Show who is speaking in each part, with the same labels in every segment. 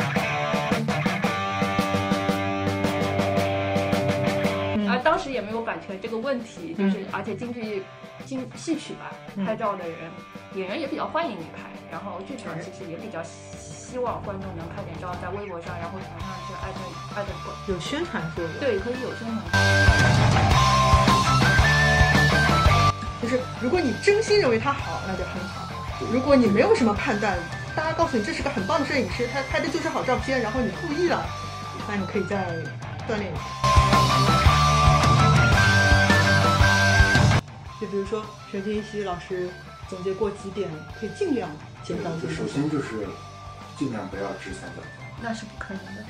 Speaker 1: 啊没有版权这个问题，就是而且京剧京戏曲吧，拍照的人演员也比较欢迎你拍，然后剧场其实也比较希望观众能拍点照，在微博上，然后传上去艾特艾特过，
Speaker 2: 有宣传作用。
Speaker 1: 对，可以有宣传。
Speaker 2: 就是如果你真心认为它好，那就很好；如果你没有什么判断，大家告诉你这是个很棒的摄影师，他拍的就是好照片，然后你故意了，那你可以再锻炼一下。就比如说沈天一老师总结过几点，可以尽量减少
Speaker 3: 就
Speaker 2: 自己
Speaker 3: 首先就是尽量不要直三角。
Speaker 1: 那是不可能的。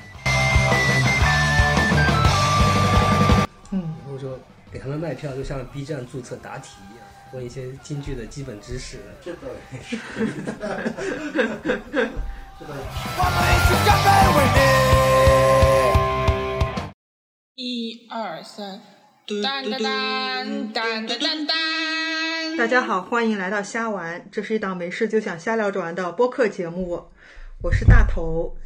Speaker 2: 嗯，
Speaker 4: 然后就给他们卖票，就像 B 站注册答题一样，问一些京剧的基本知识。
Speaker 3: 这倒也是，这倒也是。
Speaker 5: 一二三，当当当当当当当。
Speaker 2: 大家好，欢迎来到瞎玩，这是一档没事就想瞎聊着玩的播客节目，我是大头。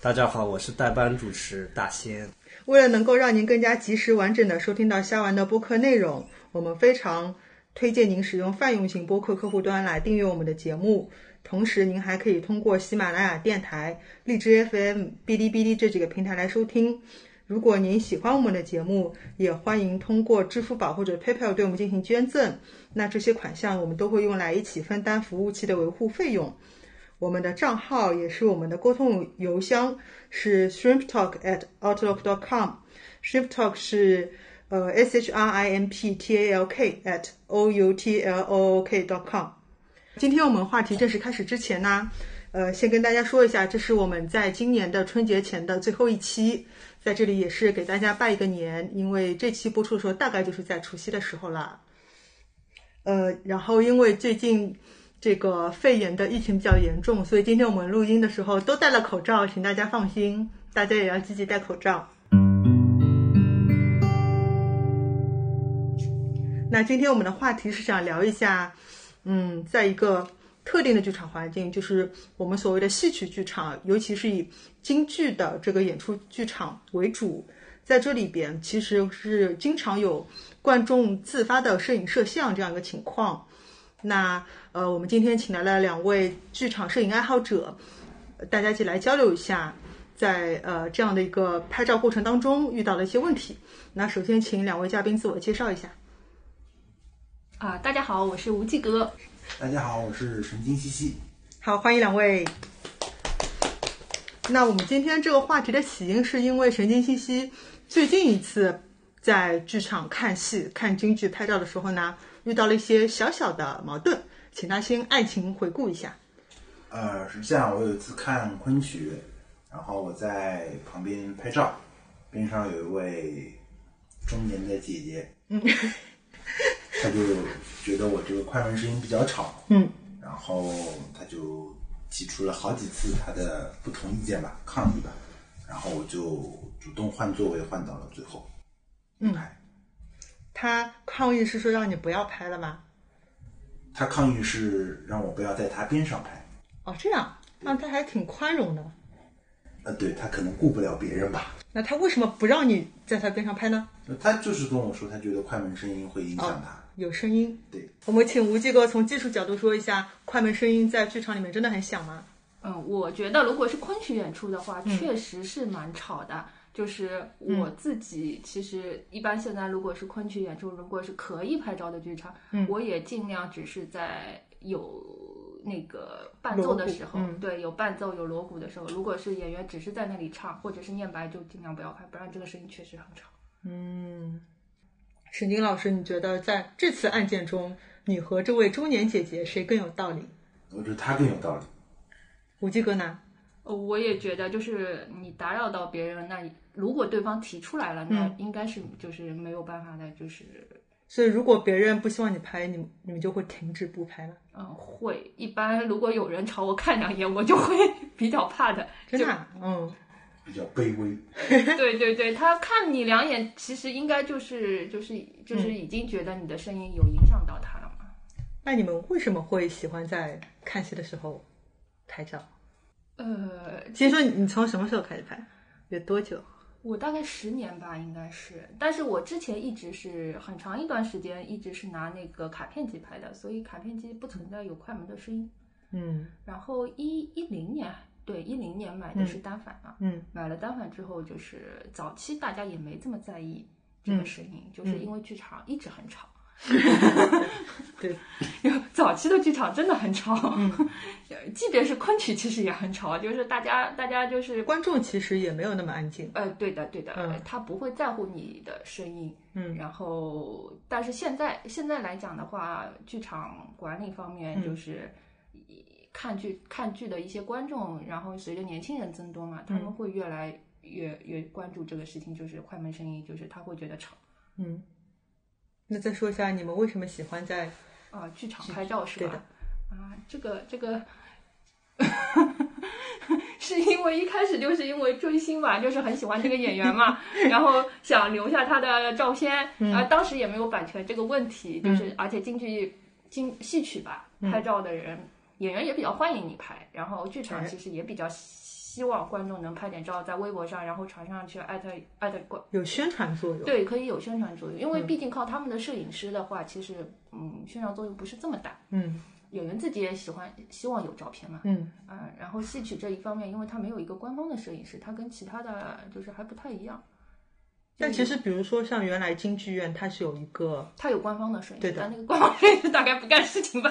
Speaker 4: 大家好，我是代班主持大仙。
Speaker 2: 为了能够让您更加及时、完整的收听到虾丸的播客内容，我们非常推荐您使用泛用型播客客户端来订阅我们的节目。同时，您还可以通过喜马拉雅电台、荔枝 FM、哔哩哔哩这几个平台来收听。如果您喜欢我们的节目，也欢迎通过支付宝或者 PayPal 对我们进行捐赠。那这些款项我们都会用来一起分担服务器的维护费用。我们的账号也是我们的沟通邮箱是 shrimptalk at outlook dot com。shrimptalk 是呃 s h r i m p t a l k at o u t l o o k dot com。今天我们话题正式开始之前呢，呃，先跟大家说一下，这是我们在今年的春节前的最后一期，在这里也是给大家拜一个年，因为这期播出的时候大概就是在除夕的时候啦。呃，然后因为最近这个肺炎的疫情比较严重，所以今天我们录音的时候都戴了口罩，请大家放心，大家也要积极戴口罩。那今天我们的话题是想聊一下，嗯，在一个特定的剧场环境，就是我们所谓的戏曲剧场，尤其是以京剧的这个演出剧场为主，在这里边其实是经常有观众自发的摄影摄像这样一个情况。那呃，我们今天请来了两位剧场摄影爱好者，呃大家一起来交流一下在呃这样的一个拍照过程当中遇到的一些问题。那首先请两位嘉宾自我介绍一下。
Speaker 1: 啊、大家好，我是无忌哥。
Speaker 3: 大家好，我是神经兮兮。
Speaker 2: 好，欢迎两位。那我们今天这个话题的起因，是因为神经信息最近一次在剧场看戏、看京剧拍照的时候呢，遇到了一些小小的矛盾，请他先爱情回顾一下。
Speaker 3: 呃，是这样，我有一次看昆曲，然后我在旁边拍照，边上有一位中年的姐姐，嗯，她就觉得我这个快门声音比较吵，
Speaker 2: 嗯，
Speaker 3: 然后她就提出了好几次她的不同意见吧，抗议吧，然后我就主动换座位，换到了最后，嗯，
Speaker 2: 他抗议是说让你不要拍了吗？
Speaker 3: 她抗议是让我不要在她边上拍，
Speaker 2: 哦，这样，那他还挺宽容的。
Speaker 3: 呃，对她可能顾不了别人吧，
Speaker 2: 那他为什么不让你在他边上拍呢？
Speaker 3: 她就是跟我说她觉得快门声音会影响她。
Speaker 2: 有声音。
Speaker 3: 对，
Speaker 2: 我们请吴继哥从技术角度说一下，快门声音在剧场里面真的很响吗？
Speaker 1: 嗯，我觉得如果是昆曲演出的话，
Speaker 2: 嗯
Speaker 1: 确实是蛮吵的。就是我自己，其实一般现在如果是昆曲演出，如果是可以拍照的剧场，
Speaker 2: 嗯
Speaker 1: 我也尽量只是在有那个伴奏的时候，
Speaker 2: 锣鼓嗯
Speaker 1: 对，有伴奏有锣鼓的时候，如果是演员只是在那里唱或者是念白，就尽量不要拍，不然这个声音确实很吵。
Speaker 2: 沈晶老师，你觉得在这次案件中，你和这位中年姐姐谁更有道理？
Speaker 3: 我觉得他更有道理。
Speaker 2: 吴继哥呢？
Speaker 1: 呃我也觉得，就是你打扰到别人，那如果对方提出来了，
Speaker 2: 嗯
Speaker 1: 那应该是就是没有办法的，就是
Speaker 2: 所以如果别人不希望你拍，你们你们就会停止不拍了。
Speaker 1: 嗯，会。一般如果有人朝我看两眼，我就会 比较怕的。
Speaker 2: 真的啊、嗯，
Speaker 3: 比较卑微，
Speaker 1: 对对对，他看你两眼，其实应该就是就是
Speaker 2: 嗯
Speaker 1: 就是已经觉得你的声音有影响到他了嘛。
Speaker 2: 那你们为什么会喜欢在看戏的时候拍照？
Speaker 1: 呃，
Speaker 2: 先说你你从什么时候开始拍？有多久？
Speaker 1: 我大概十年吧，应该是。但是我之前一直是很长一段时间，一直是拿那个卡片机拍的，所以卡片机不存在有快门的声音。
Speaker 2: 嗯
Speaker 1: 然后一一零年，对一零年买的是单反嘛，
Speaker 2: 嗯
Speaker 1: 买了单反之后，就是早期大家也没这么在意这
Speaker 2: 嗯
Speaker 1: 个声音，就是因为剧场一直很 吵。
Speaker 2: 对，
Speaker 1: 早期的剧场真的很吵，
Speaker 2: 嗯
Speaker 1: 即便是昆曲，其实也很吵，就是大家大家就是
Speaker 2: 观众其实也没有那么安静。
Speaker 1: 呃，对的，对的，
Speaker 2: 嗯
Speaker 1: 他不会在乎你的声音，
Speaker 2: 嗯
Speaker 1: 然后，但是现在现在来讲的话，剧场管理方面
Speaker 2: 嗯
Speaker 1: 就是一看剧看剧的一些观众，然后随着年轻人增多嘛，他们
Speaker 2: 嗯
Speaker 1: 会越来越越关注这个事情，就是快门声音，就是他会觉得吵
Speaker 2: 嗯，那再说一下你们为什么喜欢在
Speaker 1: 啊、剧场拍照是吧？
Speaker 2: 对的
Speaker 1: 啊，这个这个。 是因为一开始就是因为追星嘛，就是很喜欢这个演员 嘛，然后想留下他的照片，啊、
Speaker 2: 嗯
Speaker 1: 当时也没有版权这个问题，就是而且京剧京戏曲吧，
Speaker 2: 嗯
Speaker 1: 拍照的人、演员也比较欢迎你拍，然后剧场
Speaker 2: 哎
Speaker 1: 其实也比较希望观众能拍点照在微博上，然后传上去艾特艾特观，
Speaker 2: 有宣传作用？，
Speaker 1: 对，可以有宣传作用，因
Speaker 2: 嗯
Speaker 1: 为毕竟靠他们的摄影师的话，其实嗯宣传作用不是这么大，
Speaker 2: 嗯
Speaker 1: 演员自己也喜欢希望有照片嘛，
Speaker 2: 嗯
Speaker 1: 嗯，然后戏曲这一方面，因为它没有一个官方的摄影师，它跟其他的就是还不太一样。
Speaker 2: 但其实比如说像原来京剧院，它是有一个
Speaker 1: 它有官方的摄影
Speaker 2: 对
Speaker 1: 师，
Speaker 2: 的
Speaker 1: 但那个官方摄影师大概不干事情吧，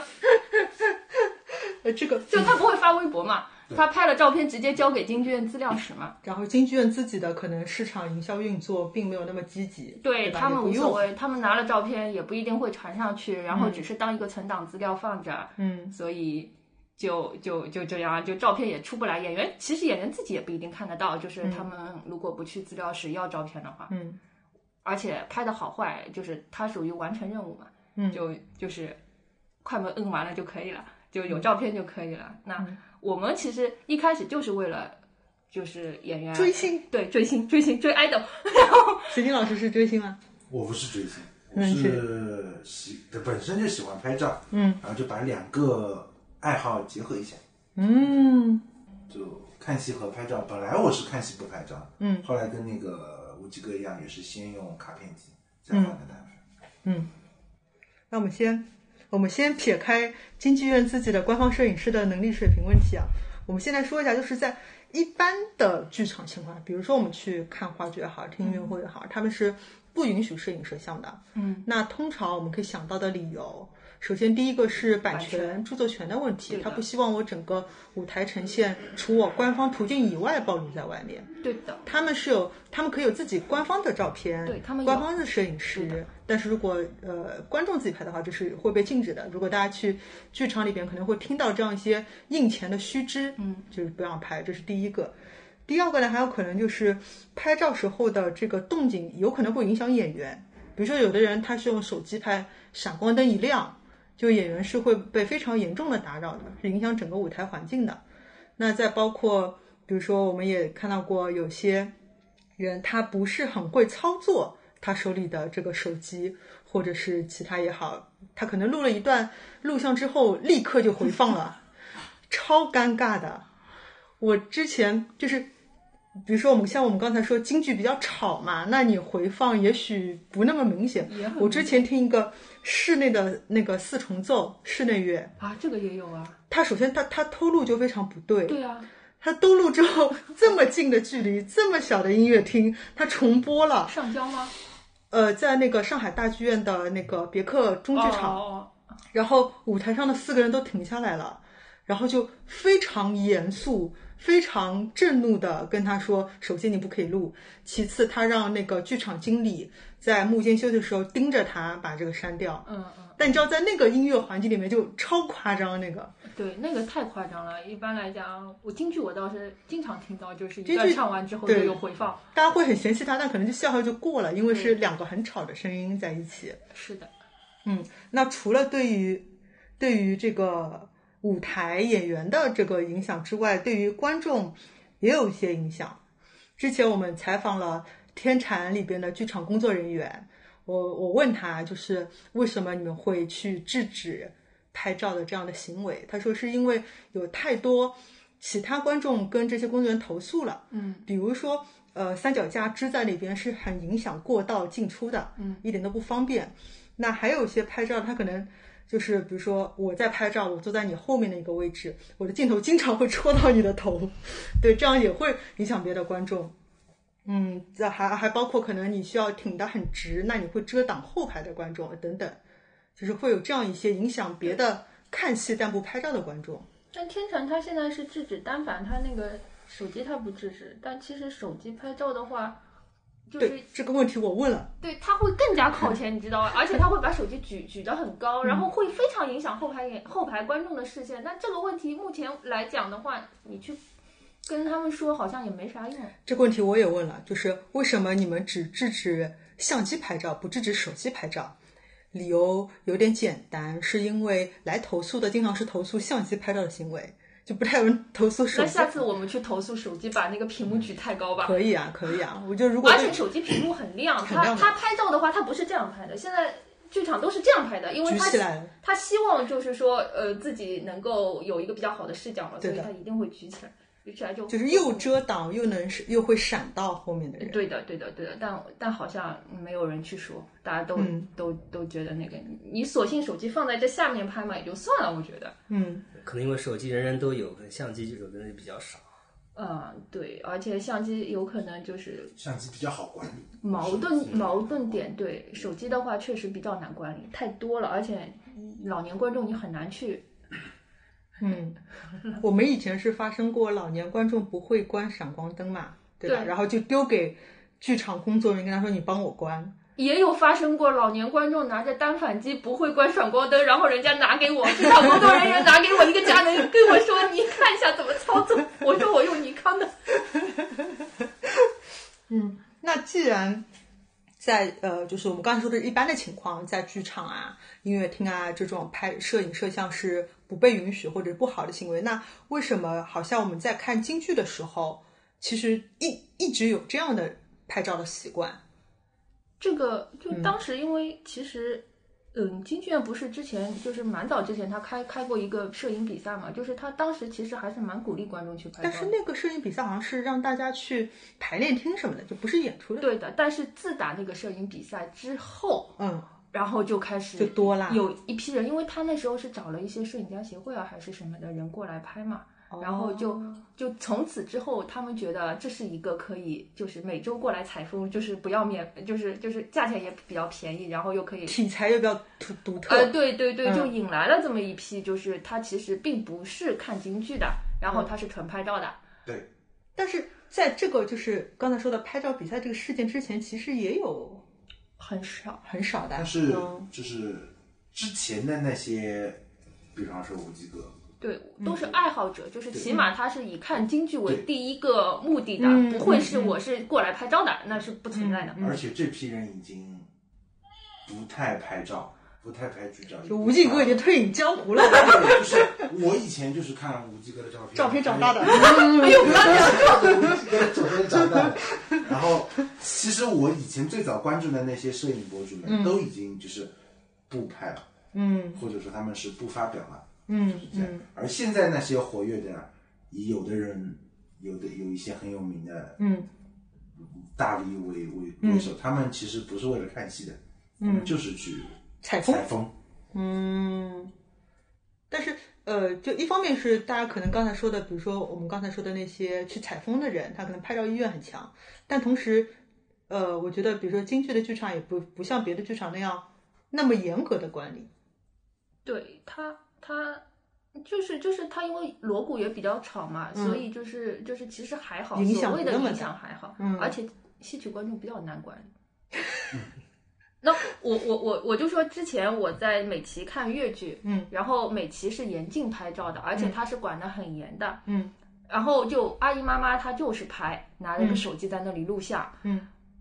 Speaker 2: 呃这个，
Speaker 1: 就他不会发微博嘛，他拍了照片直接交给京剧院资料室嘛，
Speaker 2: 然后京剧院自己的可能市场营销运作并没有那么积极，对吧
Speaker 1: 他们
Speaker 2: 也不
Speaker 1: 无所
Speaker 2: 用。
Speaker 1: 谓，他们拿了照片也不一定会传上去，然后只是当一个存档资料放着，
Speaker 2: 嗯，
Speaker 1: 所以。就就就这样，就照片也出不来。演员其实演员自己也不一定看得到，就是他们如果不去资料室要照片的话，
Speaker 2: 嗯，
Speaker 1: 而且拍的好坏，就是它属于完成任务嘛，
Speaker 2: 嗯
Speaker 1: 就就是快门摁完了就可以了，就
Speaker 2: 嗯
Speaker 1: 有照片就可以了。那我们其实一开始就是为了就是演员
Speaker 2: 追星，
Speaker 1: 对追星追星追 idol，
Speaker 2: 石金老师是追星吗？
Speaker 3: 我不是追星，我
Speaker 2: 嗯
Speaker 3: 是喜本身就喜欢拍照，
Speaker 2: 嗯，
Speaker 3: 然后就把两个爱好结合一下，
Speaker 2: 嗯
Speaker 3: 就看戏和拍照。本来我是看戏不拍照，
Speaker 2: 嗯，
Speaker 3: 后来跟那个无极哥一样，也是先用卡片机，再换的单反。
Speaker 2: 嗯。那我们先，我们先撇开京剧院自己的官方摄影师的能力水平问题啊，我们现在说一下，就是在一般的剧场情况下，比如说我们去看话剧也好，听音乐会也好，他们是不允许摄影摄像的。
Speaker 1: 嗯，
Speaker 2: 那通常我们可以想到的理由，首先第一个是版权、
Speaker 1: 版权
Speaker 2: 著作权的问题，
Speaker 1: 对
Speaker 2: 他
Speaker 1: 的
Speaker 2: 不希望我整个舞台呈现除我官方途径以外暴露在外面。
Speaker 1: 对的，
Speaker 2: 他们是有，他们可以有自己官方的照片，
Speaker 1: 对他们有
Speaker 2: 官方的摄影
Speaker 1: 对
Speaker 2: 师
Speaker 1: 的，
Speaker 2: 但是如果呃观众自己拍的话，这是会被禁止的。如果大家去剧场里边，可能会听到这样一些印钱的须知，
Speaker 1: 嗯，
Speaker 2: 就是不让拍，这是第一个。第二个呢，还有可能就是拍照时候的这个动静有可能会影响演员，比如说有的人他是用手机拍，闪光灯一亮，就演员是会被非常严重的打扰的，是影响整个舞台环境的。那再包括，比如说我们也看到过有些人他不是很会操作他手里的这个手机或者是其他也好，他可能录了一段录像之后立刻就回放了， 超尴尬的。我之前就是。比如说，我们像我们刚才说京剧比较吵嘛，那你回放也许不那么明显。
Speaker 1: 也很
Speaker 2: 我之前听一个室内的那个四重奏室内乐，
Speaker 1: 啊，这个也有啊，
Speaker 2: 它首先它它偷录就非常不对，
Speaker 1: 对啊，
Speaker 2: 他兜路之后，这么近的距离，这么小的音乐厅，他重播了。
Speaker 1: 上交吗？
Speaker 2: 呃，在那个上海大剧院的那个别克中剧场，
Speaker 1: 哦
Speaker 2: 然后舞台上的四个人都停下来了，然后就非常严肃、非常震怒的跟他说：首先你不可以录，其次他让那个剧场经理在幕间休息的时候盯着他把这个删掉。
Speaker 1: 嗯嗯，
Speaker 2: 但你知道，在那个音乐环境里面就超夸张，那个
Speaker 1: 嗯对，那个太夸张了。一般来讲，我京剧我倒是经常听到，就是
Speaker 2: 京
Speaker 1: 一
Speaker 2: 剧
Speaker 1: 段唱完之后就
Speaker 2: 对
Speaker 1: 有回放。
Speaker 2: 大家会很嫌弃他，但可能就笑笑就过了，因为是两个很吵的声音在一起。
Speaker 1: 是的，
Speaker 2: 嗯，那除了对于对于这个舞台演员的这个影响之外，对于观众也有一些影响。之前我们采访了《天蟾》里边的剧场工作人员，我我问他就是为什么你们会去制止拍照的这样的行为？他说是因为有太多其他观众跟这些工作人员投诉了，
Speaker 1: 嗯，
Speaker 2: 比如说，呃三脚架支在那边是很影响过道进出的，嗯，一点都不方便。那还有一些拍照，它可能就是比如说我在拍照，我坐在你后面的一个位置，我的镜头经常会戳到你的头， 对，这样也会影响别的观众。嗯，这还还包括可能你需要挺得很直，那你会遮挡后排的观众等等，就是会有这样一些影响别的看戏但不拍照的观众。
Speaker 1: 但天成它现在是制止单反，它那个手机它不制止，但其实手机拍照的话，就是
Speaker 2: 对这个问题我问了，
Speaker 1: 对，它会更加靠前，你知道吗？而且它会把手机举举得很高，然
Speaker 2: 嗯
Speaker 1: 后会非常影响后排演后排观众的视线。但这个问题目前来讲的话，你去跟他们说好像也没啥用。
Speaker 2: 这个问题我也问了，就是为什么你们只制止相机拍照，不制止手机拍照？理由有点简单，是因为来投诉的经常是投诉相机拍照的行为，就不太有人投诉手
Speaker 1: 那
Speaker 2: 机。
Speaker 1: 下次我们去投诉手机，把那个屏幕举太高吧。
Speaker 2: 可以啊，可以啊，我就如果
Speaker 1: 而且手机屏幕很亮，
Speaker 2: 很
Speaker 1: 它
Speaker 2: 亮的
Speaker 1: 它拍照的话，它不是这样拍的。现在剧场都是这样拍的，因为
Speaker 2: 举
Speaker 1: 它
Speaker 2: 起来了，
Speaker 1: 他希望就是说，呃，自己能够有一个比较好的视角嘛，所
Speaker 2: 对
Speaker 1: 以
Speaker 2: 的
Speaker 1: 他一定会举起来，举起来就
Speaker 2: 就是又遮挡又能是又会闪到后面的人。
Speaker 1: 对的，对的，对的，但但好像没有人去说，大家都、
Speaker 2: 嗯
Speaker 1: 都都觉得那个，你索性手机放在这下面拍嘛，也就算了，我觉得，
Speaker 2: 嗯，
Speaker 4: 可能因为手机人人都有，可能相机就有的人比较少。
Speaker 1: 嗯，对，而且相机有可能就是
Speaker 3: 相机比较好管理。
Speaker 1: 矛盾矛盾点，对手机的话确实比较难管理，太多了，而且老年观众你很难去，
Speaker 2: 嗯，我们以前是发生过老年观众不会关闪光灯嘛，对吧？
Speaker 1: 对
Speaker 2: 然后就丢给剧场工作人员，跟他说你帮我关。
Speaker 1: 也有发生过老年观众拿着单反机不会关闪光灯，然后人家拿给我，剧场工作人员拿给我一个家人跟我说：“你看一下怎么操作。”我说：“我用尼康的。
Speaker 2: 那既然在呃，就是我们刚才说的一般的情况，在剧场啊、音乐厅啊这种拍摄影摄像是不被允许或者不好的行为，那为什么好像我们在看京剧的时候，其实一一直有这样的拍照的习惯？”
Speaker 1: 这个就当时因为其实，嗯，京剧院不是之前就是蛮早之前他开开过一个摄影比赛嘛，就是他当时其实还是蛮鼓励观众去拍照
Speaker 2: 但
Speaker 1: 的。
Speaker 2: 是那个摄影比赛好像是让大家去排练厅什么的，就不是演出的。，
Speaker 1: 对的，但是自打那个摄影比赛之后，
Speaker 2: 嗯，
Speaker 1: 然后就开始
Speaker 2: 就多啦。
Speaker 1: 有一批人，因为他那时候是找了一些摄影家协会啊还是什么的人过来拍嘛，
Speaker 2: 哦
Speaker 1: 然后就就从此之后，他们觉得这是一个可以就是每周过来采风，就是不要免，就是就是价钱也比较便宜，然后又可以。
Speaker 2: 题材又比较独独特。
Speaker 1: 呃，对对对，
Speaker 2: 嗯
Speaker 1: 就引来了这么一批，就是他其实并不是看京剧的，然
Speaker 2: 嗯
Speaker 1: 后他是纯拍照的，
Speaker 3: 对，
Speaker 2: 但是在这个就是刚才说的拍照比赛这个事件之前，其实也有
Speaker 1: 很少。
Speaker 2: 很少的。
Speaker 3: 但是
Speaker 2: 嗯
Speaker 3: 就是之前的那些，比方说无极哥，
Speaker 1: 对，都
Speaker 2: 嗯
Speaker 1: 是爱好者，就是起码他是以看京剧为
Speaker 3: 对
Speaker 1: 第一个目的的，
Speaker 2: 嗯
Speaker 1: 不会是我是过来拍照的，那是不存在的。
Speaker 3: 而且这批人已经不太拍照，不太拍剧照，
Speaker 2: 就吴敬哥已
Speaker 3: 也
Speaker 2: 经退隐江湖了，
Speaker 3: 对，就是我以前就是看吴极哥的照 片，
Speaker 2: 照片长大的。
Speaker 1: 哎呦，不要这样
Speaker 3: 跟整个人长大的。然后，其实我以前最早关注的那些摄影博主们，都已经就是不拍了，
Speaker 2: 嗯
Speaker 3: 或者说他们是不发表了，
Speaker 2: 嗯
Speaker 3: 这样。而现在那些活跃的，啊有的人，有的有一些很有名的
Speaker 2: 嗯
Speaker 3: 大 V 为为为首，他们其实不是为了看戏的，嗯，就是去
Speaker 2: 采风
Speaker 3: 采。风。
Speaker 2: 哎嗯，但是呃，就一方面是大家可能刚才说的，比如说我们刚才说的那些去采风的人，他可能拍照意愿很强，但同时，呃，我觉得比如说京剧的剧场也不不像别的剧场那样那么严格的管理。
Speaker 1: 对他，他就是就是他，因为锣鼓也比较吵嘛，所以就是就是其实还好，
Speaker 2: 嗯影响
Speaker 1: 所谓的
Speaker 2: 不那么
Speaker 1: 影
Speaker 2: 大
Speaker 1: 响还好，
Speaker 2: 嗯
Speaker 1: 而且戏曲观众比较难管理。 那我我我我就说，之前我在美琪看越剧，
Speaker 2: 嗯，
Speaker 1: 然后美琪是严禁拍照的，而且她是管得很严的，
Speaker 2: 嗯，
Speaker 1: 然后就阿姨妈妈她就是拍，拿着个
Speaker 2: 嗯
Speaker 1: 手机在那里录像，
Speaker 2: 嗯，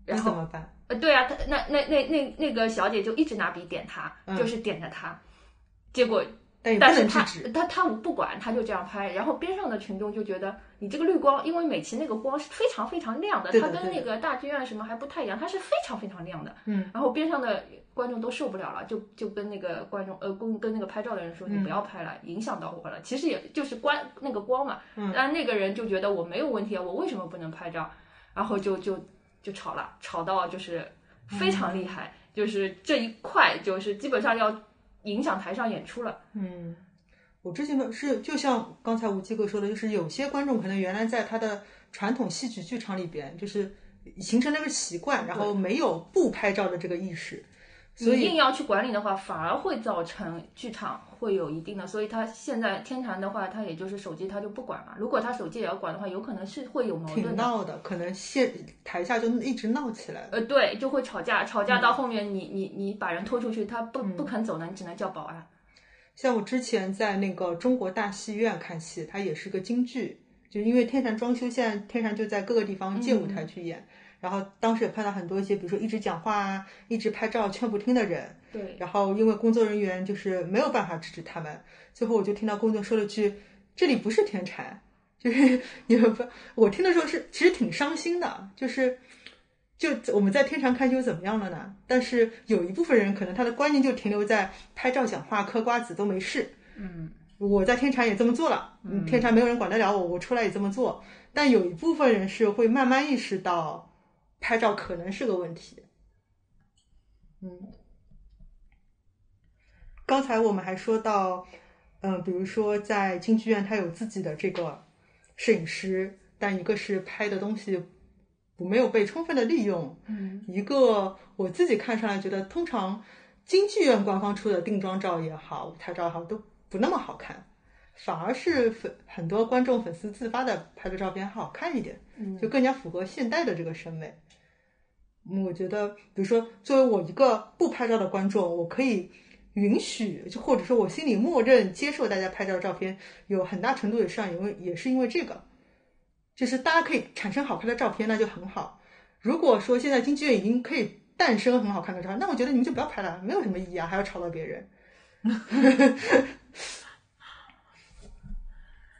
Speaker 2: 你
Speaker 1: 然后
Speaker 2: 怎么办？
Speaker 1: 呃，对啊，他那那那那那个小姐就一直拿笔点他，
Speaker 2: 嗯
Speaker 1: 就是点着他，结果
Speaker 2: 但哎也不
Speaker 1: 但是
Speaker 2: 能制
Speaker 1: 他
Speaker 2: 止。
Speaker 1: 他他不管，他就这样拍，然后边上的群众就觉得你这个绿光，因为美琪那个光是非常非常亮的，
Speaker 2: 对
Speaker 1: 它
Speaker 2: 的
Speaker 1: 跟
Speaker 2: 对
Speaker 1: 那个大剧院什么还不太一样，它是非常非常亮的。
Speaker 2: 嗯，
Speaker 1: 然后边上的观众都受不了了，就就跟那个观众呃跟跟那个拍照的人
Speaker 2: 嗯
Speaker 1: 说，你不要拍了，影响到我了。其
Speaker 2: 嗯
Speaker 1: 实也就是关那个光嘛，但那个人就觉得我没有问题啊，我为什么不能拍照？然后就就就吵了，吵到就是
Speaker 2: 嗯
Speaker 1: 非常厉害，就是这一块就是基本上要影响台上演出了。
Speaker 2: 嗯，我之前的是就像刚才吴继哥说的，就是有些观众可能原来在他的传统戏曲剧场里边，就是形成了个习惯，然后没有不拍照的这个意识，所
Speaker 1: 你
Speaker 2: 以
Speaker 1: 硬要去管理的话，反而会造成剧场会有一定的，所以他现在天蟾的话，他也就是手机他就不管了。如果他手机也要管的话，有可能是会有矛
Speaker 2: 挺
Speaker 1: 盾哦的。
Speaker 2: 闹的，可能现台下就一直闹起来了。
Speaker 1: 呃，对，就会吵架，吵架到后面你、你你把人拖出去，他不不肯走呢，你只能叫保安。
Speaker 2: 像我之前在那个中国大戏院看戏，它也是个京剧，就因为天蟾装修，现在天蟾就在各个地方借舞台去演。然后当时也看到很多一些，比如说一直讲话啊，一直拍照劝不听的人。
Speaker 1: 对，
Speaker 2: 然后因为工作人员就是没有办法制止他们，最后我就听到工作说了句：“这里不是天蟾。” 就是你们不，我听的时候是其实挺伤心的，就是。就我们在天蟾看秀怎么样了呢？但是有一部分人可能他的观念就停留在拍照、讲话、嗑瓜子都没事，
Speaker 1: 嗯，
Speaker 2: 我在天蟾也这么做了，嗯天蟾没有人管得了我，我出来也这么做。但有一部分人是会慢慢意识到，拍照可能是个问题。嗯，刚才我们还说到，嗯、比如说在京剧院，它有自己的这个摄影师，但一个是拍的东西不没有被充分的利用，
Speaker 1: 嗯，
Speaker 2: 一个我自己看上来觉得，通常京剧院官方出的定妆照也好，舞台照也好，都不那么好看，反而是粉很多观众粉丝自发的拍的照片好看一点，就更加符合现代的这个审美。嗯我觉得，比如说，作为我一个不拍照的观众，我可以允许，就或者说我心里默认接受大家拍照的照片，有很大程度以上因为也是因为这个，就是大家可以产生好看的照片，那就很好。如果说现在京剧院已经可以诞生很好看的照片，那我觉得你们就不要拍了，没有什么意义啊，还要吵到别人。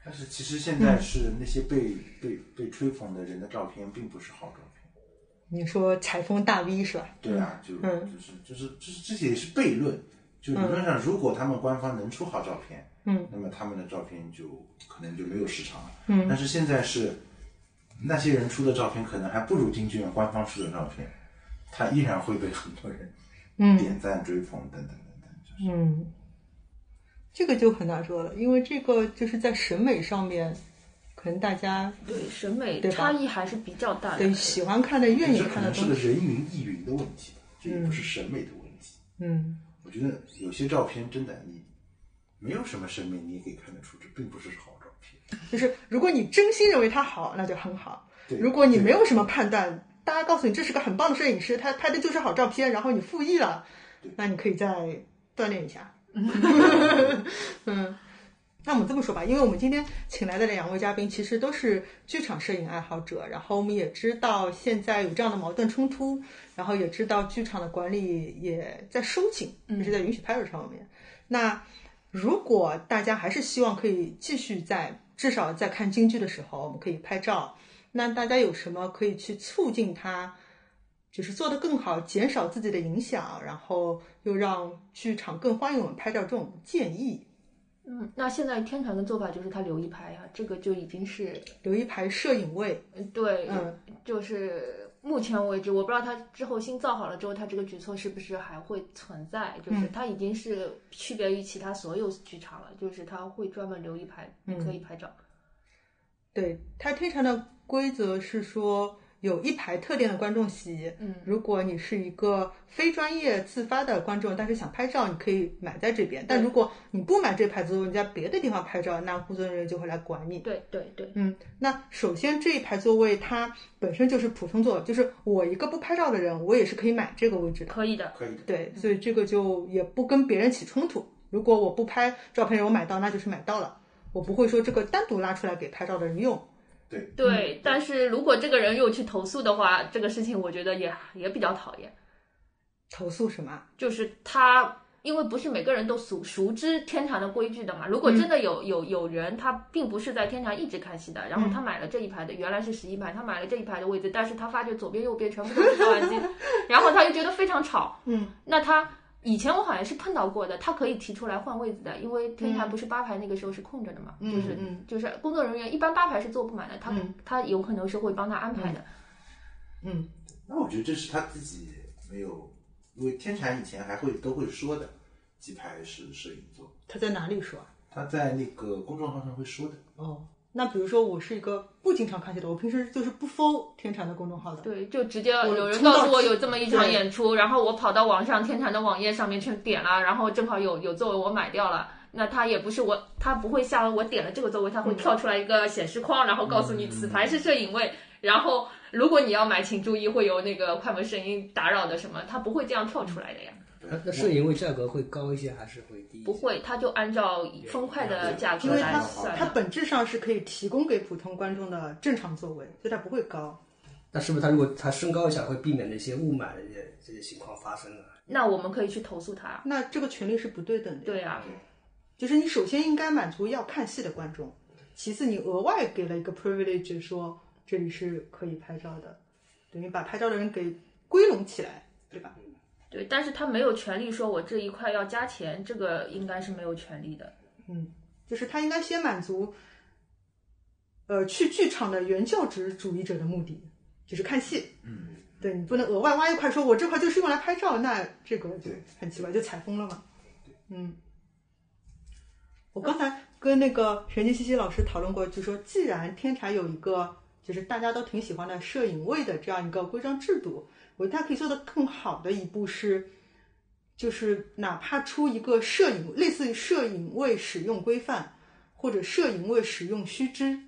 Speaker 3: 但是其实现在是那些被、被被吹捧的人的照片，并不是好照片。
Speaker 2: 你说采风大 V 是吧？
Speaker 3: 对啊，就、
Speaker 2: 嗯
Speaker 3: 就是就是就是这些是悖论。就理论上，如果他们官方能出好照片，
Speaker 2: 嗯，
Speaker 3: 那么他们的照片就可能就没有市场了。
Speaker 2: 嗯
Speaker 3: 但是现在是那些人出的照片，可能还不如京剧院官方出的照片，它依然会被很多人
Speaker 2: 嗯
Speaker 3: 点赞、追捧等等等等。就是
Speaker 2: 嗯，这个就很难说了，因为这个就是在审美上面，可能大家
Speaker 1: 对，审美
Speaker 2: 对吧
Speaker 1: 差异还是比较大的
Speaker 2: 对。喜欢看的、愿意
Speaker 3: 哎这可
Speaker 2: 看的
Speaker 3: 能是
Speaker 2: 东
Speaker 3: 个
Speaker 2: 西，
Speaker 3: 人云亦云的问题吧，这也不是审美的问题。
Speaker 2: 嗯
Speaker 3: 我觉得有些照片真的你没有什么审美，你也可以看得出这并不是好照片。
Speaker 2: 就是如果你真心认为它好，那就很好；
Speaker 3: 对
Speaker 2: 如果你没有什么判断，大家告诉你这是个很棒的摄影师，他拍的就是好照片，然后你复议了
Speaker 3: 对，
Speaker 2: 那你可以再锻炼一 下。嗯，那我们这么说吧，因为我们今天请来的两位嘉宾其实都是剧场摄影爱好者，然后我们也知道现在有这样的矛盾冲突，然后也知道剧场的管理也在收紧，
Speaker 3: 嗯
Speaker 2: 就是在允许拍摄上面。那如果大家还是希望可以继续在至少在看京剧的时候，我们可以拍照，那大家有什么可以去促进它？就是做得更好，减少自己的影响，然后又让剧场更欢迎我们拍照这种建议。
Speaker 1: 嗯，那现在天蟾的做法就是他留一排啊，这个就已经是呃
Speaker 2: 留一排摄影位，
Speaker 1: 对，
Speaker 2: 嗯
Speaker 1: 就是目前为止，我不知道它之后新造好了之后，它这个举措是不是还会存在？就是
Speaker 2: 嗯
Speaker 1: 它已经是区别于其他所有剧场了，就是它会专门留一排
Speaker 2: 嗯
Speaker 1: 可以拍照。
Speaker 2: 对它天常的规则是说有一排特定的观众席。
Speaker 1: 嗯
Speaker 2: 如果你是一个非专业自发的观众，但是想拍照，你可以买在这边。但如果你不买这排座位，你在别的地方拍照，那工作人员就会来管你。
Speaker 1: 对对对，
Speaker 2: 嗯，那首先这一排座位它本身就是普通座位，就是我一个不拍照的人，我也是可以买这个位置的。
Speaker 1: 可以的。
Speaker 3: 可以的，
Speaker 2: 对，
Speaker 1: 嗯
Speaker 2: 所以这个就也不跟别人起冲突。如果我不拍照片，我买到那就是买到了，我不会说这个单独拉出来给拍照的人用。
Speaker 3: 对，
Speaker 1: 对，但是如果这个人又去投诉的话，这个事情我觉得也也比较讨厌。
Speaker 2: 投诉什么啊？
Speaker 1: 就是他，因为不是每个人都熟熟知天蟾的规矩的嘛。
Speaker 2: 嗯
Speaker 1: 如果真的有、有有人他并不是在天蟾一直看戏的，然后
Speaker 2: 嗯
Speaker 1: 他买了这一排的，原来是十一排，他买了这一排的位置，但是他发觉左边右边全部都是照相机， 然后他就觉得非常吵。
Speaker 2: 嗯，
Speaker 1: 那他以前我好像是碰到过的，他可以提出来换位子的，因为天坛不是八排那个时候是空着的嘛，
Speaker 2: 嗯
Speaker 1: 就是
Speaker 2: 嗯
Speaker 1: 就是工作人员一般八排是坐不满的，他、
Speaker 2: 嗯
Speaker 1: 他有可能是会帮他安排的。
Speaker 2: 嗯，
Speaker 3: 那我觉得这是他自己没有，因为天蟾以前还会都会说的，鸡排是摄影作，
Speaker 2: 他在哪里说啊？
Speaker 3: 他在那个公众号上会说的。
Speaker 2: 哦，那比如说我是一个不经常看戏的，我平时就是不搜天蟾的公众号的。
Speaker 1: 对，就直接
Speaker 2: 我
Speaker 1: 有人
Speaker 2: 冲到
Speaker 1: 告诉我
Speaker 2: 去
Speaker 1: 有这么一场
Speaker 2: 对
Speaker 1: 演出，然后我跑到网上天坛的网页上面去点了，然后正好有有座位我买掉了。那它也不是我，它不会下来我点了这个座位，它会
Speaker 2: 嗯
Speaker 1: 跳出来一个显示框，然后告诉你此排是摄影位。然后如果你要买，请注意会有那个快门声音打扰的什么，它不会这样跳出来的呀，
Speaker 2: 嗯
Speaker 3: 对
Speaker 4: 那摄影位价格会高一些还是会低一些？
Speaker 1: 呃不会，它就按照分块的价格
Speaker 2: 因为
Speaker 1: 来
Speaker 2: 它
Speaker 1: 算
Speaker 2: 它
Speaker 1: 的。
Speaker 2: 本质上是可以提供给普通观众的正常座位，所以它不会高。
Speaker 4: 那是不是他如果他升高一下，会避免这些雾霾的这些这些情况发生呢？
Speaker 1: 那我们可以去投诉它。
Speaker 2: 那这个权利是不对等的。
Speaker 1: 对，啊，
Speaker 2: 就是你首先应该满足要看戏的观众，其次你额外给了一个 privilege，说这里是可以拍照的，等于把拍照的人给归拢起来，对吧？
Speaker 1: 对，但是它没有权利说我这一块要加钱，这个应该是没有权利的。
Speaker 2: 就是他应该先满足，呃，去剧场的原教旨主义者的目的，就是看戏。
Speaker 3: 嗯，
Speaker 2: 对你不能额外挖一块，说我这块就是用来拍照，那这个就
Speaker 3: 对
Speaker 2: 很奇怪，就采风了嘛。嗯，我刚才跟那个神经兮兮老师讨论过，就说既然天才有一个就是大家都挺喜欢的摄影位的这样一个规章制度，我觉得它可以做得更好的一步是，就是哪怕出一个摄影类似于摄影位使用规范或者摄影位使用须知，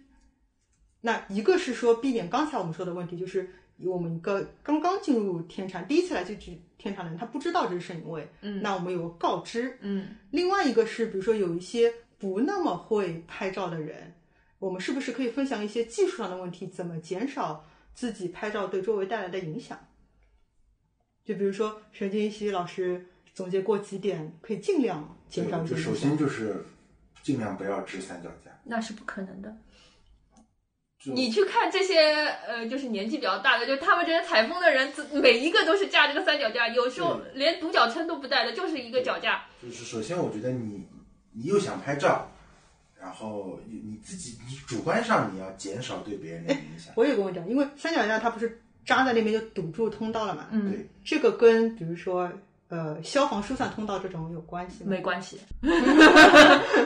Speaker 2: 那一个是说避免刚才我们说的问题，就是我们一个刚刚进入天蟾，第一次来这剧天蟾的人，他不知道这是摄影位，
Speaker 1: 嗯
Speaker 2: 那我们有个告知。
Speaker 1: 嗯，
Speaker 2: 另外一个是，比如说有一些不那么会拍照的人，我们是不是可以分享一些技术上的问题，怎么减少自己拍照对周围带来的影响？就比如说沈金熙老师总结过几点，可以尽量减少
Speaker 3: 对
Speaker 2: 一
Speaker 3: 就
Speaker 2: 些
Speaker 3: 首
Speaker 2: 影
Speaker 3: 先
Speaker 2: 响。
Speaker 3: 就是尽量不要支三脚架。
Speaker 1: 那是不可能的。
Speaker 3: 就
Speaker 1: 你去看这些呃，就是年纪比较大的，就他们这些采风的人，自每一个都是架这个三脚架，有时候
Speaker 3: 对
Speaker 1: 连独角撑都不带的，就是一个脚架。
Speaker 3: 就是首先，我觉得你你又想拍照，然后你你自己你主观上你要减少对别人的影响。
Speaker 2: 我也跟我讲，啊因为三脚架它不是扎在那边就堵住通道了嘛，
Speaker 1: 嗯
Speaker 3: 对，
Speaker 2: 这个跟比如说呃消防疏散通道这种有关系吗？
Speaker 1: 没关 系，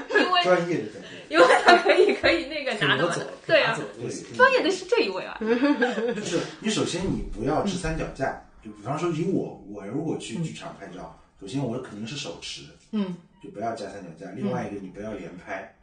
Speaker 1: 因为
Speaker 3: 专业的在这
Speaker 1: 因为他可以可以那个 拿着
Speaker 4: 挪
Speaker 1: 嘛
Speaker 4: 走
Speaker 1: 的，，对
Speaker 4: 拿
Speaker 1: 啊
Speaker 4: 走，，
Speaker 3: 对
Speaker 1: 专业的是这一位啊，
Speaker 3: 里，就是你首先你不要支三脚
Speaker 2: 嗯
Speaker 3: 架。就比方说，以我我如果去剧场拍照，首先我肯定是手持，
Speaker 2: 嗯，
Speaker 3: 就不要加三脚架。另外一个，你不要连拍，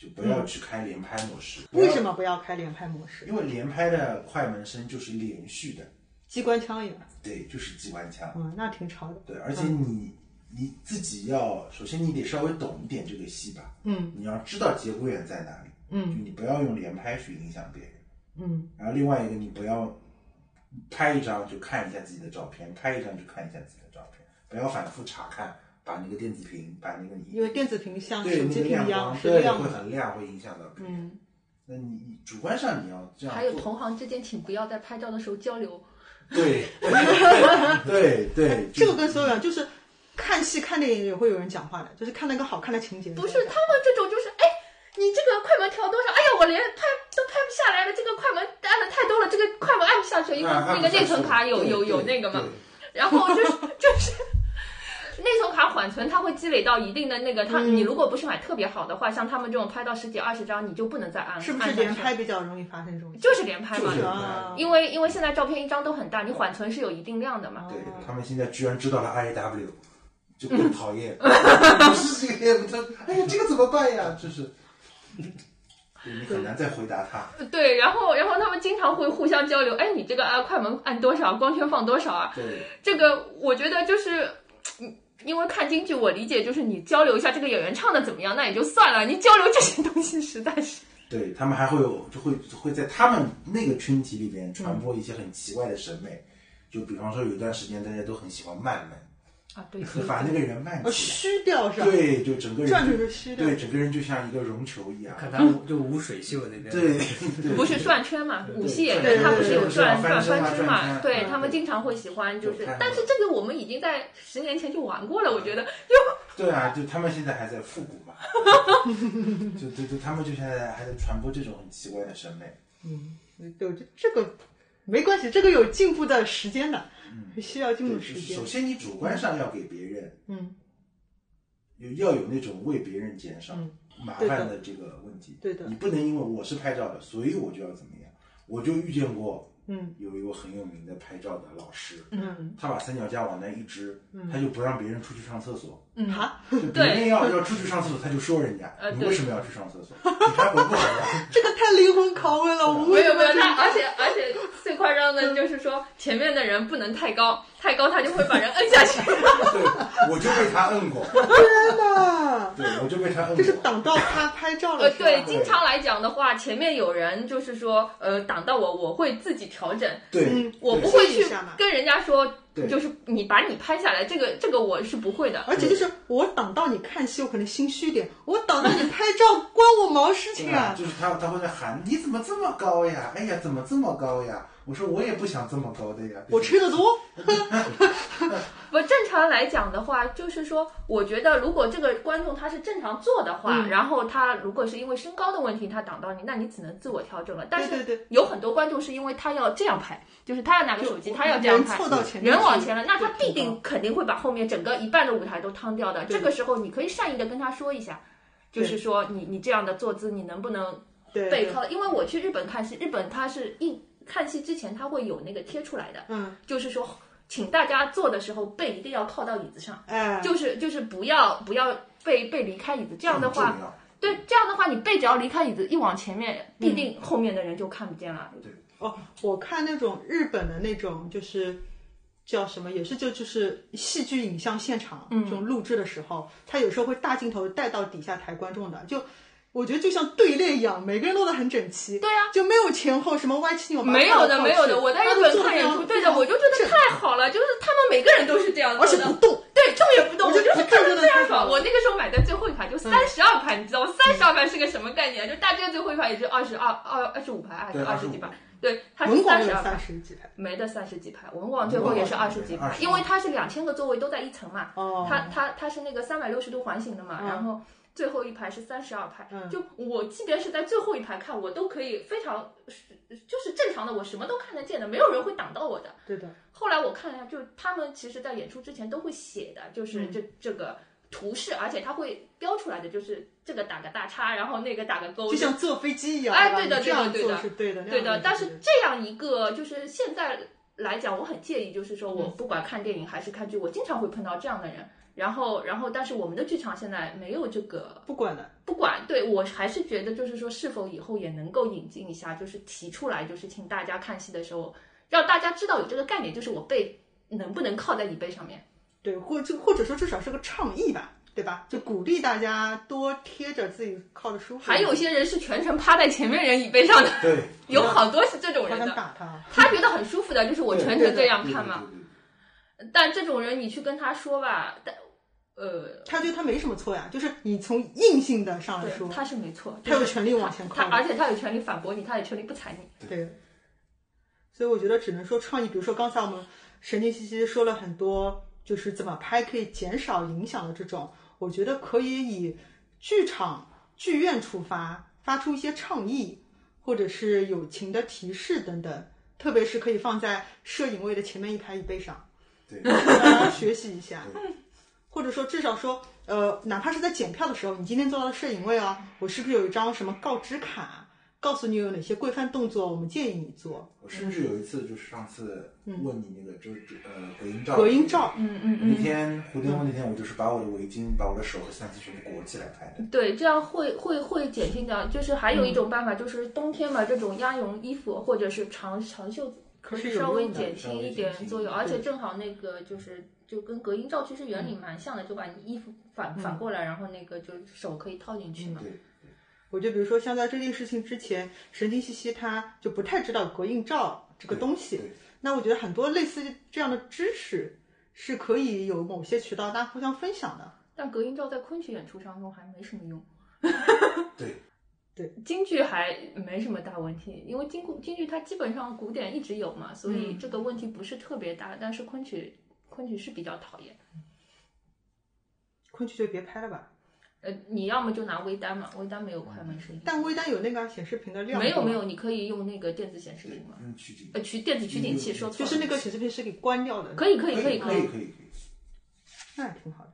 Speaker 3: 就不要去开连拍模式。
Speaker 2: 嗯为什？么不要开连拍模式？
Speaker 3: 因为连拍的快门声就是连续的，
Speaker 2: 机关枪也，
Speaker 3: 对，就是机关枪。
Speaker 2: 嗯，那挺吵的。
Speaker 3: 对，而且你、你自己要，首先你得稍微懂一点这个戏吧，
Speaker 2: 嗯
Speaker 3: 你要知道节骨眼在哪里，就
Speaker 2: 嗯
Speaker 3: 你不要用连拍去影响别人。
Speaker 2: 嗯
Speaker 3: 然后另外一个，你不要拍一张就看一下自己的照片，拍一张就看一下自己的照片，不要反复查看，把那个电子屏，把那个你
Speaker 2: 因为电子屏像
Speaker 3: 对
Speaker 2: 手
Speaker 3: 那
Speaker 2: 机
Speaker 3: 个
Speaker 2: 屏
Speaker 3: 亮
Speaker 2: 一样
Speaker 3: 光，
Speaker 2: 是
Speaker 3: 对
Speaker 2: 亮
Speaker 3: 会
Speaker 2: 的。
Speaker 3: 很亮，会影响到别人。
Speaker 2: 嗯，
Speaker 3: 那你你主观上你要这样
Speaker 1: 还有
Speaker 3: 做
Speaker 1: 同行之间，请不要在拍照的时候交流。
Speaker 3: 对对对对，
Speaker 2: 这个跟所有人就是看戏看电影也会有人讲话的，就是看那个好看的情节。
Speaker 1: 不是他们这种就是哎。你这个快门调多少？哎呀，我连拍都拍不下来了。这个快门按的太多了，这个快门按不下去，因为
Speaker 3: 啊
Speaker 1: 那个内存卡有有有那个嘛。？然后就是就是内存卡缓存，它会积累到一定的那个，
Speaker 2: 嗯
Speaker 1: 它、你如果不是买特别好的话，像他们这种拍到十几二十张，你就不能再按，
Speaker 2: 是不是
Speaker 1: 按下去
Speaker 2: 连拍？比较容易发生这种情况？
Speaker 1: 就是连拍
Speaker 3: 对对
Speaker 1: 嘛
Speaker 3: 对，就是
Speaker 2: 啊
Speaker 1: 因为因为现在照片一张都很大，你缓存是有一定量的嘛。
Speaker 2: 哦
Speaker 3: 对他们现在居然知道了 I W，就
Speaker 2: 嗯
Speaker 3: 更讨厌。 不是这个，他哎呀，这个怎么办呀？就是， 对你很难再回答他。
Speaker 1: 对，然后然后他们经常会互相交流，哎，你这个按快门按多少，光圈放多少啊？
Speaker 3: 对，
Speaker 1: 这个我觉得就是，嗯因为看京剧，我理解就是你交流一下这个演员唱的怎么样，那也就算了，你交流这些东西实在是，
Speaker 3: 对他们还会有，就会会在他们那个群体里边传播一些很奇怪的审美，就比方说有一段时间大家都很喜欢慢门，
Speaker 1: 啊，对，
Speaker 3: 就把那个人慢
Speaker 2: 呃
Speaker 3: 起
Speaker 2: 虚掉是
Speaker 3: 来，
Speaker 2: 吧？
Speaker 3: 对，就整个人
Speaker 2: 转着是虚的
Speaker 3: 对，整个人就像一个绒球一样。
Speaker 1: 啊
Speaker 4: 看他舞就舞水袖那边，
Speaker 3: 对， 对
Speaker 1: 不是转圈嘛，
Speaker 3: 对
Speaker 1: 舞戏也
Speaker 3: 对
Speaker 1: 是，他
Speaker 2: 对
Speaker 1: 不是有
Speaker 2: 对
Speaker 1: 转
Speaker 3: 对对
Speaker 1: 转
Speaker 3: 对
Speaker 1: 圈
Speaker 3: 转圈
Speaker 1: 嘛？对
Speaker 3: 嗯
Speaker 1: 他们经常会喜欢，就是
Speaker 3: 对看，
Speaker 1: 但是这个我们已经在十年前就玩过了，我觉得
Speaker 3: 对啊，就他们现在还在复古 嘛，就就就他们就现在还在传播这种很奇怪的审美。
Speaker 2: 嗯，对，这这个没关系，这个有进步的时间的，
Speaker 3: 嗯
Speaker 2: 需要进
Speaker 3: 对
Speaker 2: 步
Speaker 3: 就
Speaker 2: 的时
Speaker 3: 是
Speaker 2: 间
Speaker 3: 首。先你主观上要给别人，
Speaker 2: 嗯，
Speaker 3: 有要有那种为别人减少
Speaker 2: 嗯
Speaker 3: 麻
Speaker 2: 对的
Speaker 3: 烦的这个问题。
Speaker 2: 对的
Speaker 3: 你不能因为我是拍照的，所以我就要怎么样。我就遇见过，
Speaker 2: 嗯，
Speaker 3: 有一个很有名的拍照的老师，
Speaker 2: 嗯，
Speaker 3: 他把三脚架往那一支，他就不让别人出去上厕所。
Speaker 1: 嗯，
Speaker 2: 好，
Speaker 3: 就别人要要出去上厕所，他就说人家
Speaker 1: 呃
Speaker 3: 你
Speaker 1: 对
Speaker 3: 为什么要去上厕所？你还活不活呀？
Speaker 2: 这个太灵魂拷问了，我
Speaker 3: 嗯
Speaker 1: 没
Speaker 2: 为什
Speaker 1: 有没有，
Speaker 2: 么要这
Speaker 1: 他
Speaker 2: 样
Speaker 1: 而且而且最夸张的就是说，前面的人不能太高，太高他就会把人摁下去。
Speaker 3: 对，我就被他摁过，
Speaker 2: 天哪，
Speaker 3: 对我就被他摁过。
Speaker 2: 这是挡到他拍照
Speaker 1: 呃
Speaker 2: 了，，是吧
Speaker 1: 对，经常来讲的话，前面有人就是说，呃，挡到我，我会自己调整，
Speaker 3: 对
Speaker 2: 嗯，
Speaker 1: 我不会
Speaker 2: 记一
Speaker 1: 去
Speaker 2: 下嘛
Speaker 1: 跟人家说，
Speaker 3: 对
Speaker 1: 就是你把你拍下来，这个这个我是不会的。
Speaker 2: 而且就是我挡到你看戏，我可能心虚点；我挡到你拍 照，关我毛事
Speaker 3: 对
Speaker 2: 情啊！
Speaker 3: 吧就是他他会在喊你怎么这么高呀？哎呀，怎么这么高呀？我说我也不想这么高的呀。
Speaker 2: 我吃的多，
Speaker 1: 不正常来讲的话，就是说，我觉得如果这个观众他是正常做的话，
Speaker 2: 嗯
Speaker 1: 然后他如果是因为身高的问题他挡到你，那你只能自我调整了。但
Speaker 2: 对对
Speaker 1: 是
Speaker 2: 对
Speaker 1: 有很多观众是因为他要这样拍，就是他要拿个手机，他要这样
Speaker 2: 人
Speaker 1: 拍，
Speaker 2: 凑到前面去，
Speaker 1: 人往前了，那他
Speaker 2: 对
Speaker 1: 必定肯定会把后面整个一半的舞台都趟掉的。
Speaker 2: 对
Speaker 1: 这个时候，你可以善意的跟他说一下，
Speaker 2: 对
Speaker 1: 就是说你你这样的坐姿，你能不能
Speaker 2: 对
Speaker 1: 背，靠？因为我去日本看戏，日本它是一看戏之前它会有那个贴出来的，
Speaker 2: 嗯，
Speaker 1: 就是说，请大家坐的时候背一定要靠到椅子上，
Speaker 2: 哎，
Speaker 1: 就是就是不要不要背背离开椅子，这样的话
Speaker 3: 很重。要，
Speaker 1: 对，这样的话，你背只要离开椅子一往前面，必定后面的人就看不见了。
Speaker 2: 哦，我看那种日本的那种就是。叫什么？也是就就是戏剧影像现场、
Speaker 1: 嗯
Speaker 2: 这种录制的时候，他有时候会大镜头带到底下台观众的，就我觉得就像队列一样，每个人落得很整齐，
Speaker 1: 对啊
Speaker 2: 就没有前后什么歪七扭八，
Speaker 1: 没有的，
Speaker 2: 靠来靠
Speaker 1: 没有
Speaker 2: 去
Speaker 1: 的。我在
Speaker 2: 大家
Speaker 1: 日
Speaker 2: 都
Speaker 1: 本
Speaker 2: 坐得
Speaker 1: 看
Speaker 2: 非
Speaker 1: 演
Speaker 2: 常
Speaker 1: 出队的，我就觉
Speaker 2: 正
Speaker 1: 得太好了，就是他们每个人都是这样做
Speaker 2: 而
Speaker 1: 的，
Speaker 2: 且不动，
Speaker 1: 对，动也不动，
Speaker 2: 我
Speaker 1: 我
Speaker 2: 就
Speaker 1: 就
Speaker 2: 不
Speaker 1: 是
Speaker 2: 看
Speaker 1: 看
Speaker 2: 就
Speaker 1: 着
Speaker 2: 能
Speaker 1: 这样
Speaker 2: 看到
Speaker 1: 爽。我那个时候买的最后一排就三十二排，你知道吗？三十二排是个什么概念？就大街最后一排也就二十二、二二十五排还是
Speaker 3: 对
Speaker 1: 二十几
Speaker 3: 25
Speaker 1: 排？对，它是
Speaker 2: 文
Speaker 1: 三
Speaker 2: 广
Speaker 1: 十
Speaker 2: 有
Speaker 1: 二排
Speaker 2: 三。十几台，
Speaker 1: 没的三十几排，文广最后也是二十几排
Speaker 3: 20，
Speaker 1: 因为它是两千个座位都在一层嘛，
Speaker 2: 哦
Speaker 1: 它它它是那个三百六十度环形的嘛，
Speaker 2: 嗯
Speaker 1: 然后最后一排是三十二排，
Speaker 2: 嗯
Speaker 1: 就我即便是在最后一排看，我都可以非常就是正常的，我什么都看得见的，没有人会挡到我的。
Speaker 2: 对的，
Speaker 1: 后来我看了一下，就是他们其实在演出之前都会写的，就是这、这个图示，而且他会标出来的，就是这个打个大叉，然后那个打个勾，
Speaker 2: 就像坐飞机一样，
Speaker 1: 哎
Speaker 2: 吧
Speaker 1: 对的
Speaker 2: 你这样
Speaker 1: 对的
Speaker 2: 做是对的，那
Speaker 1: 对的
Speaker 2: 样。做
Speaker 1: 但
Speaker 2: 是
Speaker 1: 是这样一个就是现在来讲，我很介意，就是说我不管看电影还是看剧，我经常会碰到这样的人。然后，然后，但是我们的剧场现在没有这个，
Speaker 2: 不管的，
Speaker 1: 不管对我还是觉得，就是说，是否以后也能够引进一下，就是提出来，就是请大家看戏的时候，让大家知道有这个概念，就是我背能不能靠在椅背上面。
Speaker 2: 对，或就或者说至少是个倡议吧，对吧？就鼓励大家多贴着自己靠着舒服，
Speaker 1: 还有一些人是全程趴在前面人椅背上的，
Speaker 3: 对，
Speaker 1: 有好多是这种
Speaker 2: 好
Speaker 1: 人
Speaker 2: 想
Speaker 1: 的，
Speaker 2: 嗯打他，
Speaker 1: 他觉得很舒服的，就是我
Speaker 3: 对
Speaker 1: 全
Speaker 2: 对
Speaker 1: 程
Speaker 2: 的
Speaker 1: 这样
Speaker 3: 对
Speaker 1: 看嘛。？但这种人你去跟他说吧，但呃，
Speaker 2: 他觉得他没什么错呀，就是你从硬性的上来说
Speaker 1: 对，，他是没错，
Speaker 2: 他有
Speaker 1: 就是
Speaker 2: 权利往前
Speaker 1: 他，
Speaker 2: 靠
Speaker 1: 而且他有权利反驳你，他有权利不睬你。
Speaker 2: 对。所以我觉得只能说创意，比如说刚才我们神经兮兮说了很多，就是怎么拍可以减少影响的这种，我觉得可以以剧场、剧院出发，发出一些倡议，或者是友情的提示等等，特别是可以放在摄影位的前面一排椅背上。
Speaker 3: 对对
Speaker 2: 大家 学习一下， 或者说至少说，呃，哪怕是在检票的时候，你今天坐到了摄影位啊，我是不是有一张什么告知卡，告诉你有哪些规范动作，我们建议你做
Speaker 3: 我甚至有一次就是上次问你那个就是呃隔音罩，
Speaker 2: 隔音罩。
Speaker 1: 嗯嗯
Speaker 3: 那天胡定峰那天，我就是把我的围巾、把我的手和相机全部裹起来拍的。
Speaker 1: 对，这样会会会减轻掉。就是还有一种办法，就是冬天嘛，这种鸭绒衣服或者是长长袖子，可
Speaker 2: 是
Speaker 1: 以
Speaker 2: 有
Speaker 1: 稍微
Speaker 2: 用的
Speaker 1: 减
Speaker 3: 稍
Speaker 1: 轻
Speaker 3: 微
Speaker 1: 一
Speaker 3: 减
Speaker 1: 点
Speaker 3: 轻
Speaker 1: 作用，
Speaker 3: 一
Speaker 1: 而且
Speaker 2: 对
Speaker 1: 正好那个就是就跟隔音罩其实原理蛮像的，就把你衣服反反过来，然后那个就手可以套进去嘛。
Speaker 3: 嗯对，
Speaker 2: 我就比如说像在这件事情之前，神经兮兮他就不太知道隔音罩这个东西
Speaker 3: 对对，
Speaker 2: 那我觉得很多类似这样的知识是可以有某些渠道大家互相分享的。
Speaker 1: 但隔音罩在昆曲演出上用还没什么用。
Speaker 3: 对，
Speaker 1: 京剧还没什么大问题，因为京古京剧它基本上古典一直有嘛，所以
Speaker 2: 嗯
Speaker 1: 这个问题不是特别大。但是昆曲昆曲是比较讨厌。
Speaker 2: 昆曲就别拍了吧，
Speaker 1: 呃，你要么就拿微单嘛，微单没有快门声音。
Speaker 2: 但微单有那个啊显示屏的亮度，
Speaker 1: 没有没有，，你可以用那个电子显示屏嘛，
Speaker 3: 用取景，
Speaker 1: 呃，取电子取景器，说错
Speaker 2: 嗯就
Speaker 1: 了，
Speaker 2: 是那个显示屏是给关掉的，
Speaker 1: 可以可以
Speaker 3: 可
Speaker 1: 以
Speaker 3: 可
Speaker 1: 以
Speaker 3: 以，可以，
Speaker 2: 那也挺好的。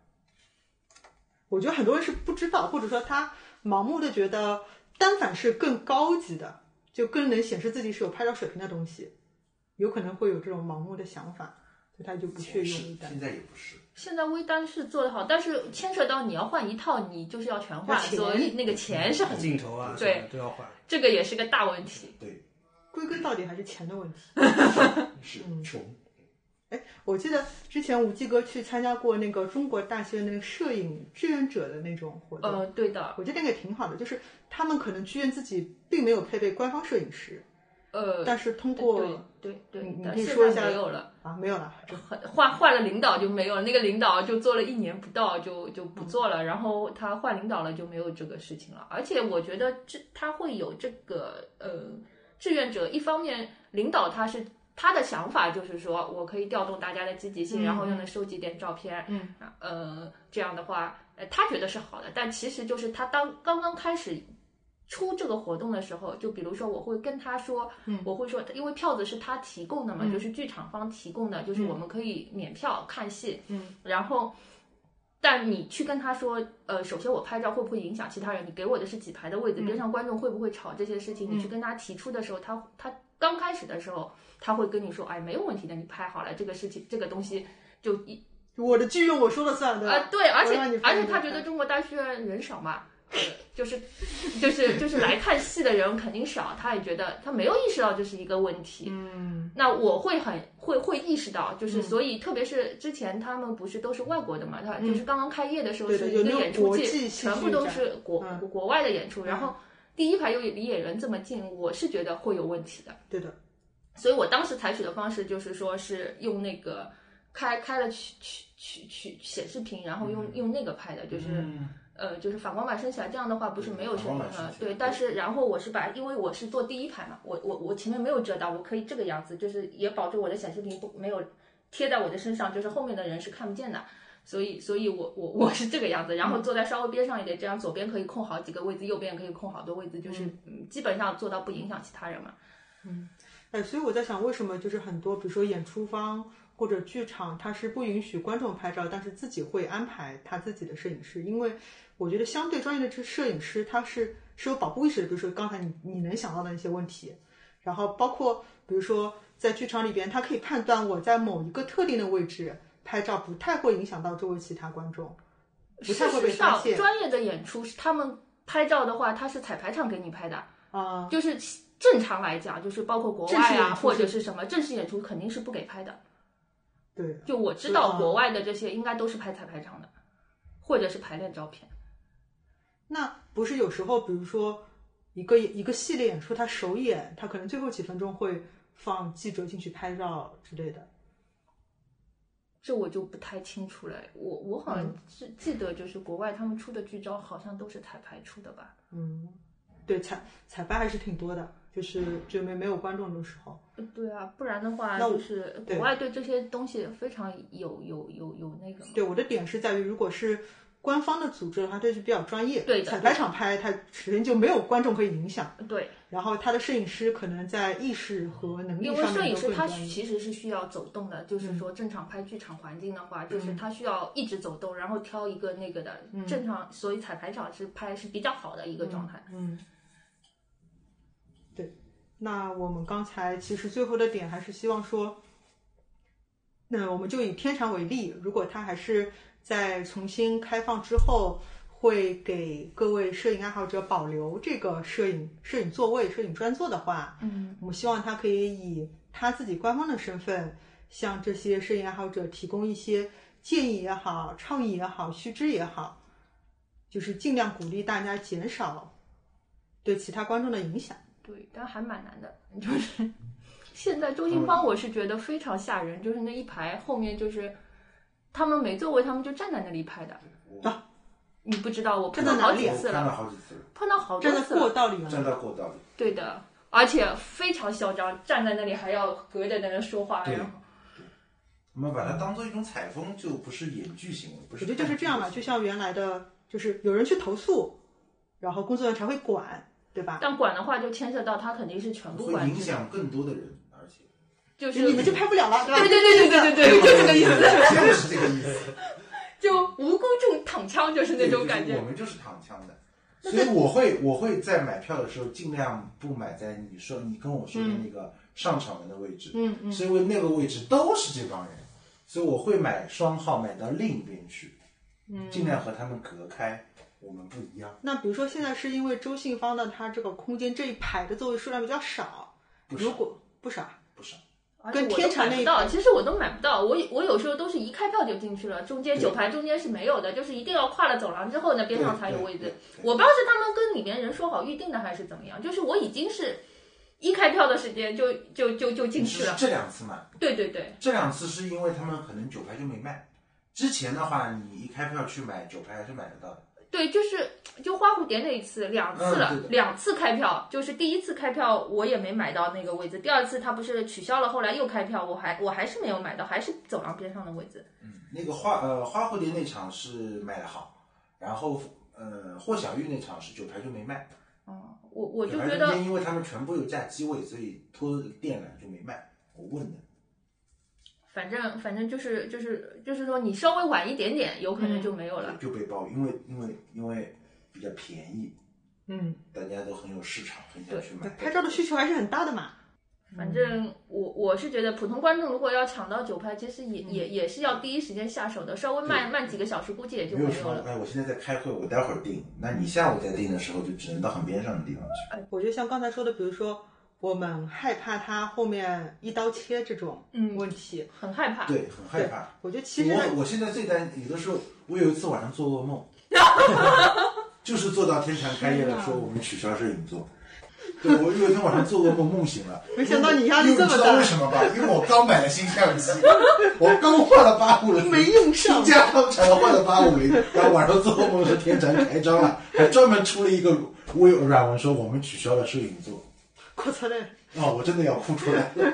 Speaker 2: 我觉得很多人是不知道，或者说他盲目的觉得单反是更高级的，就更能显示自己是有拍照水平的东西，有可能会有这种盲目的想法，所以他就不
Speaker 3: 以可
Speaker 2: 去
Speaker 3: 以，
Speaker 2: 用
Speaker 3: 是
Speaker 2: 一单
Speaker 3: 现。在也不是，
Speaker 1: 现在微单是做得好，但是牵扯到你要换一套，你就是要全换，
Speaker 2: 要钱
Speaker 1: 所以那个钱是很
Speaker 4: 镜头啊，
Speaker 1: 对
Speaker 4: 什么都要换。
Speaker 1: 这个也是个大问题。
Speaker 3: 对，
Speaker 2: 归根到底还是钱的问题。
Speaker 3: 是
Speaker 2: 嗯
Speaker 3: 穷，
Speaker 2: 我记得之前吴继哥去参加过那个中国大学那个摄影志愿者的那种活动，
Speaker 1: 呃，对的，
Speaker 2: 我觉得那个也挺好的，就是他们可能志愿自己并没有配备官方摄影师，
Speaker 1: 呃，
Speaker 2: 但是通
Speaker 1: 对
Speaker 2: 过
Speaker 1: 对
Speaker 2: 你
Speaker 1: 对
Speaker 2: 你
Speaker 1: 的，
Speaker 2: 可以
Speaker 1: 现
Speaker 2: 说一
Speaker 1: 在
Speaker 2: 下
Speaker 1: 没有了，
Speaker 2: 啊没有了，这
Speaker 1: 很换换了领导就没有了，那个领导就做了一年不到就就不做了，然后他换领导了就没有这个事情了。而且我觉得这他会有这个呃志愿者，一方面领导他是他的想法就是说我可以调动大家的积极性，
Speaker 2: 嗯
Speaker 1: 然后又能收集点照片，
Speaker 2: 嗯
Speaker 1: 啊，呃，这样的话，呃，他觉得是好的，但其实就是他当刚刚开始。出这个活动的时候，就比如说我会跟他说，
Speaker 2: 嗯
Speaker 1: 我会说，因为票子是他提供的嘛，
Speaker 2: 嗯
Speaker 1: 就是剧场方提供的，就是我们可以免票看戏，
Speaker 2: 嗯，
Speaker 1: 然后。但你去跟他说，呃，首先我拍照会不会影响其他人？你给我的是几排的位置，
Speaker 2: 嗯
Speaker 1: 边上观众会不会吵这些事情？你去跟他提出的时候，他他刚开始的时候，他会跟你说，哎，没有问题的，你拍好了，这个事情这个东西就一
Speaker 2: 我的剧院我说了算，对吧？
Speaker 1: 啊，对，而且
Speaker 2: 我让你
Speaker 1: 而
Speaker 2: 拍
Speaker 1: 且
Speaker 2: 你
Speaker 1: 他觉
Speaker 2: 就
Speaker 1: 得
Speaker 2: 拍
Speaker 1: 中国大剧院人少嘛，呃就是就是就是来看戏的人肯定少，他也觉得他没有意识到这是一个问题。
Speaker 2: 嗯
Speaker 1: 那我会很会会意识到，就是所以特别是之前他们不是都是外国的嘛，他就是刚刚开业的时候
Speaker 2: 嗯对
Speaker 1: 是
Speaker 2: 的
Speaker 1: 一
Speaker 2: 有
Speaker 1: 个
Speaker 2: 那种
Speaker 1: 演出
Speaker 2: 国
Speaker 1: 季，
Speaker 2: 际戏
Speaker 1: 全部
Speaker 2: 剧
Speaker 1: 都
Speaker 2: 展
Speaker 1: 是国
Speaker 2: 嗯
Speaker 1: 国国外的演出，然后第一排又离演员这么近，我是觉得会有问题的。
Speaker 2: 对的，
Speaker 1: 所以我当时采取的方式就是说是用那个开开了取取取取显示屏，然后用、用那个拍的，就是、呃就是反光板升起来，这样的话不是没有声音
Speaker 3: 反光板升
Speaker 1: 了
Speaker 3: 起，来
Speaker 1: 对。
Speaker 3: 对
Speaker 1: 但是然后我是把，因为我是坐第一排嘛，我我我前面没有遮挡，我可以这个样子，就是也保证我的显示屏不没有贴在我的身上，就是后面的人是看不见的。所以，所以我我我是这个样子，然后坐在稍微边上一点，这样左边可以空好几个位置，右边可以空好多位置，就是嗯基本上做到不影响其他人嘛。
Speaker 2: 哎，所以我在想，为什么就是很多，比如说演出方或者剧场，它是不允许观众拍照，但是自己会安排他自己的摄影师，因为我觉得相对专业的摄摄影师，他是是有保护意识的，比如说刚才你你能想到的那些问题，然后包括比如说在剧场里边，他可以判断我在某一个特定的位置拍照不太会影响到周围其他观众，不
Speaker 1: 事
Speaker 2: 太会
Speaker 1: 实
Speaker 2: 被发
Speaker 1: 上，
Speaker 2: 现
Speaker 1: 专业的演出是他们拍照的话，他是彩排场给你拍的，
Speaker 2: 啊、
Speaker 1: 就是正常来讲，就是包括国
Speaker 2: 正式
Speaker 1: 外
Speaker 2: 演
Speaker 1: 啊
Speaker 2: 出
Speaker 1: 或者
Speaker 2: 是
Speaker 1: 是什么正式演出肯定是不给拍的。
Speaker 2: 对，
Speaker 1: 就我知
Speaker 2: 对
Speaker 1: 道
Speaker 2: 啊
Speaker 1: 国外的这些应该都是拍彩排场的，或者是排练照片。
Speaker 2: 那不是有时候，比如说一个一个系列演出，它首演，它可能最后几分钟会放记者进去拍照之类的。
Speaker 1: 这我就不太清楚了，我我好像
Speaker 2: 嗯
Speaker 1: 记记得就是国外他们出的剧照好像都是彩排出的吧？
Speaker 2: 嗯，对，彩彩排还是挺多的，就是就没没有观众的时候。
Speaker 1: 对啊，不然的话
Speaker 2: 那我
Speaker 1: 就是国
Speaker 2: 对
Speaker 1: 外对这些东西非常有有有有那个嘛。
Speaker 2: 对，我的点是在于，如果是官方的组织的话，它是比较专业。
Speaker 1: 对的
Speaker 2: 彩排场拍，它首先就没有观众可以影响，
Speaker 1: 对，
Speaker 2: 然后他的摄影师可能在意识和能力
Speaker 1: 因为
Speaker 2: 上面
Speaker 1: 摄影
Speaker 2: 都
Speaker 1: 师
Speaker 2: 更
Speaker 1: 他
Speaker 2: 专业
Speaker 1: 其实是需要走动的，
Speaker 2: 嗯
Speaker 1: 就是说正常拍剧场环境的话，就是他需要一直走动，然后挑一个那个的正常，所以彩排场是拍是比较好的一个状态。
Speaker 2: 嗯，对。那我们刚才其实最后的点还是希望说，那我们就以天长为例，如果它还是在重新开放之后，会给各位摄影爱好者保留这个摄影摄影座位、摄影专座的话，
Speaker 1: 嗯，
Speaker 2: 我们希望它可以以他自己官方的身份，向这些摄影爱好者提供一些建议也好、倡议也好、须知也好，就是尽量鼓励大家减少对其他观众的影响。
Speaker 1: 对，但还蛮难的，就是 现在周
Speaker 2: 嗯
Speaker 1: 星芳我是觉得非常吓人，就是那一排后面就是他们没座位，他们就站在那里拍的。
Speaker 2: 啊
Speaker 1: 你不知道，我碰
Speaker 2: 站
Speaker 1: 到
Speaker 2: 在
Speaker 1: 好
Speaker 2: 哪里
Speaker 1: 几
Speaker 2: 啊
Speaker 1: 次
Speaker 3: 我看了
Speaker 1: 了，
Speaker 3: 好几次了，
Speaker 1: 碰到好多
Speaker 2: 站在
Speaker 1: 次
Speaker 2: 过
Speaker 1: 了，
Speaker 2: 道里面，
Speaker 3: 站到过道里，
Speaker 1: 对的，而且非常嚣张，站在那里还要隔着那人说话，
Speaker 3: 对
Speaker 1: 然后
Speaker 3: 我们把它当做一种采风，就不是演剧行为，不
Speaker 2: 我
Speaker 3: 是
Speaker 2: 觉得就是这样吧，
Speaker 3: 吧，
Speaker 2: 就像原来的，就是有人去投诉，然后工作人员才会管，对吧？
Speaker 1: 但管的话就牵涉到他肯定是全部
Speaker 3: 会
Speaker 1: 管
Speaker 3: 影
Speaker 1: 制的，
Speaker 3: 响更多的人，而且
Speaker 1: 就是
Speaker 2: 你们就拍不了了，对吧？
Speaker 1: 对对对对对对对，就这个意思，
Speaker 3: 真的是这个意思。
Speaker 1: 就无辜中躺枪，就是那种感
Speaker 3: 对就是
Speaker 1: 觉
Speaker 3: 我。们就是躺 枪的，所以我会我会在买票的时候尽量不买在你说你跟我说的那个上场人的位置，
Speaker 2: 嗯嗯，
Speaker 3: 是因为那个位置都是这帮人，所以我会买双号买到另一边去，嗯，尽量和他们隔开，我们不一样。
Speaker 2: 那比如说现在是因为周信芳的他这个空间这一排的座位数量比较少，
Speaker 3: 不少
Speaker 2: 如果不少，
Speaker 3: 不少，
Speaker 1: 而且
Speaker 2: 跟
Speaker 1: 我都
Speaker 2: 天成
Speaker 1: 买
Speaker 2: 那一
Speaker 1: 不到，
Speaker 2: 个
Speaker 1: 其实我都买不到。我我有时候都是一开票就进去了，中间
Speaker 3: 对
Speaker 1: 九排中间是没有的，就是一定要跨了走廊之后呢，边上才有位置
Speaker 3: 对对。对
Speaker 1: 我不知道是他们跟里面人说好预定的还是怎么样，就是我已经是一开票的时间就就就就进去
Speaker 3: 是
Speaker 1: 了。
Speaker 3: 这两次嘛，
Speaker 1: 对对对，
Speaker 3: 这两次是因为他们可能九排就没卖，之前的话你一开票去买九排还是买得到的。
Speaker 1: 对，就是就花蝴蝶那一次，两次了，
Speaker 3: 嗯对的
Speaker 1: 两次开票，就是第一次开票我也没买到那个位置，第二次他不是取消了，后来又开票，我还我还是没有买到，还是走廊边上的位置。
Speaker 3: 那个花呃花蝴蝶那场是卖的好，然后呃霍小玉那场是九排就没卖，
Speaker 1: 哦，我我就
Speaker 3: 九排
Speaker 1: 觉
Speaker 3: 中
Speaker 1: 得
Speaker 3: 间因为他们全部有架机位，所以拖电缆就没卖。我问的，
Speaker 1: 反正反正就是就是就是说，你稍微晚一点点，有可能就没有了。
Speaker 3: 就被爆，因为因为因为比较便宜，
Speaker 2: 嗯，
Speaker 3: 大家都很有市场，很想去买。
Speaker 2: 拍照的需求还是很大的嘛。
Speaker 3: 嗯
Speaker 1: 反正我我是觉得，普通观众如果要抢到九拍，其实也、
Speaker 3: 嗯
Speaker 1: 也也是要第一时间下手的，稍微慢慢几个小时，估计也就
Speaker 3: 没
Speaker 1: 没
Speaker 3: 有
Speaker 1: 有
Speaker 3: 说，
Speaker 1: 了。
Speaker 3: 哎，我现在在开会，我待会儿订。那你下午再订的时候，就只能到很边上的地方去。
Speaker 2: 我觉得像刚才说的，比如说我们害怕他后面一刀切这种
Speaker 1: 嗯
Speaker 2: 问题，
Speaker 1: 很害怕，
Speaker 3: 对，很害怕。
Speaker 2: 我觉得其实
Speaker 3: 我我现在最担有的时候，我有一次晚上 做噩梦，就是做到天坛开业
Speaker 2: 啊
Speaker 3: 了，说我们取消摄影座。对，我有一天晚上做噩梦，梦醒了，
Speaker 2: 没想到你压力
Speaker 3: 因为
Speaker 2: 这么
Speaker 3: 你知
Speaker 2: 大
Speaker 3: 道为什么吧？因为我刚买了新相机，我刚换了八五零，
Speaker 2: 没用上
Speaker 3: 新加坡产的换了八五零，然后晚上做噩梦说天坛开张了，还专门出了一个微软文说我们取消了摄影座。
Speaker 2: 我操嘞，
Speaker 3: 啊、我真的要哭出来了，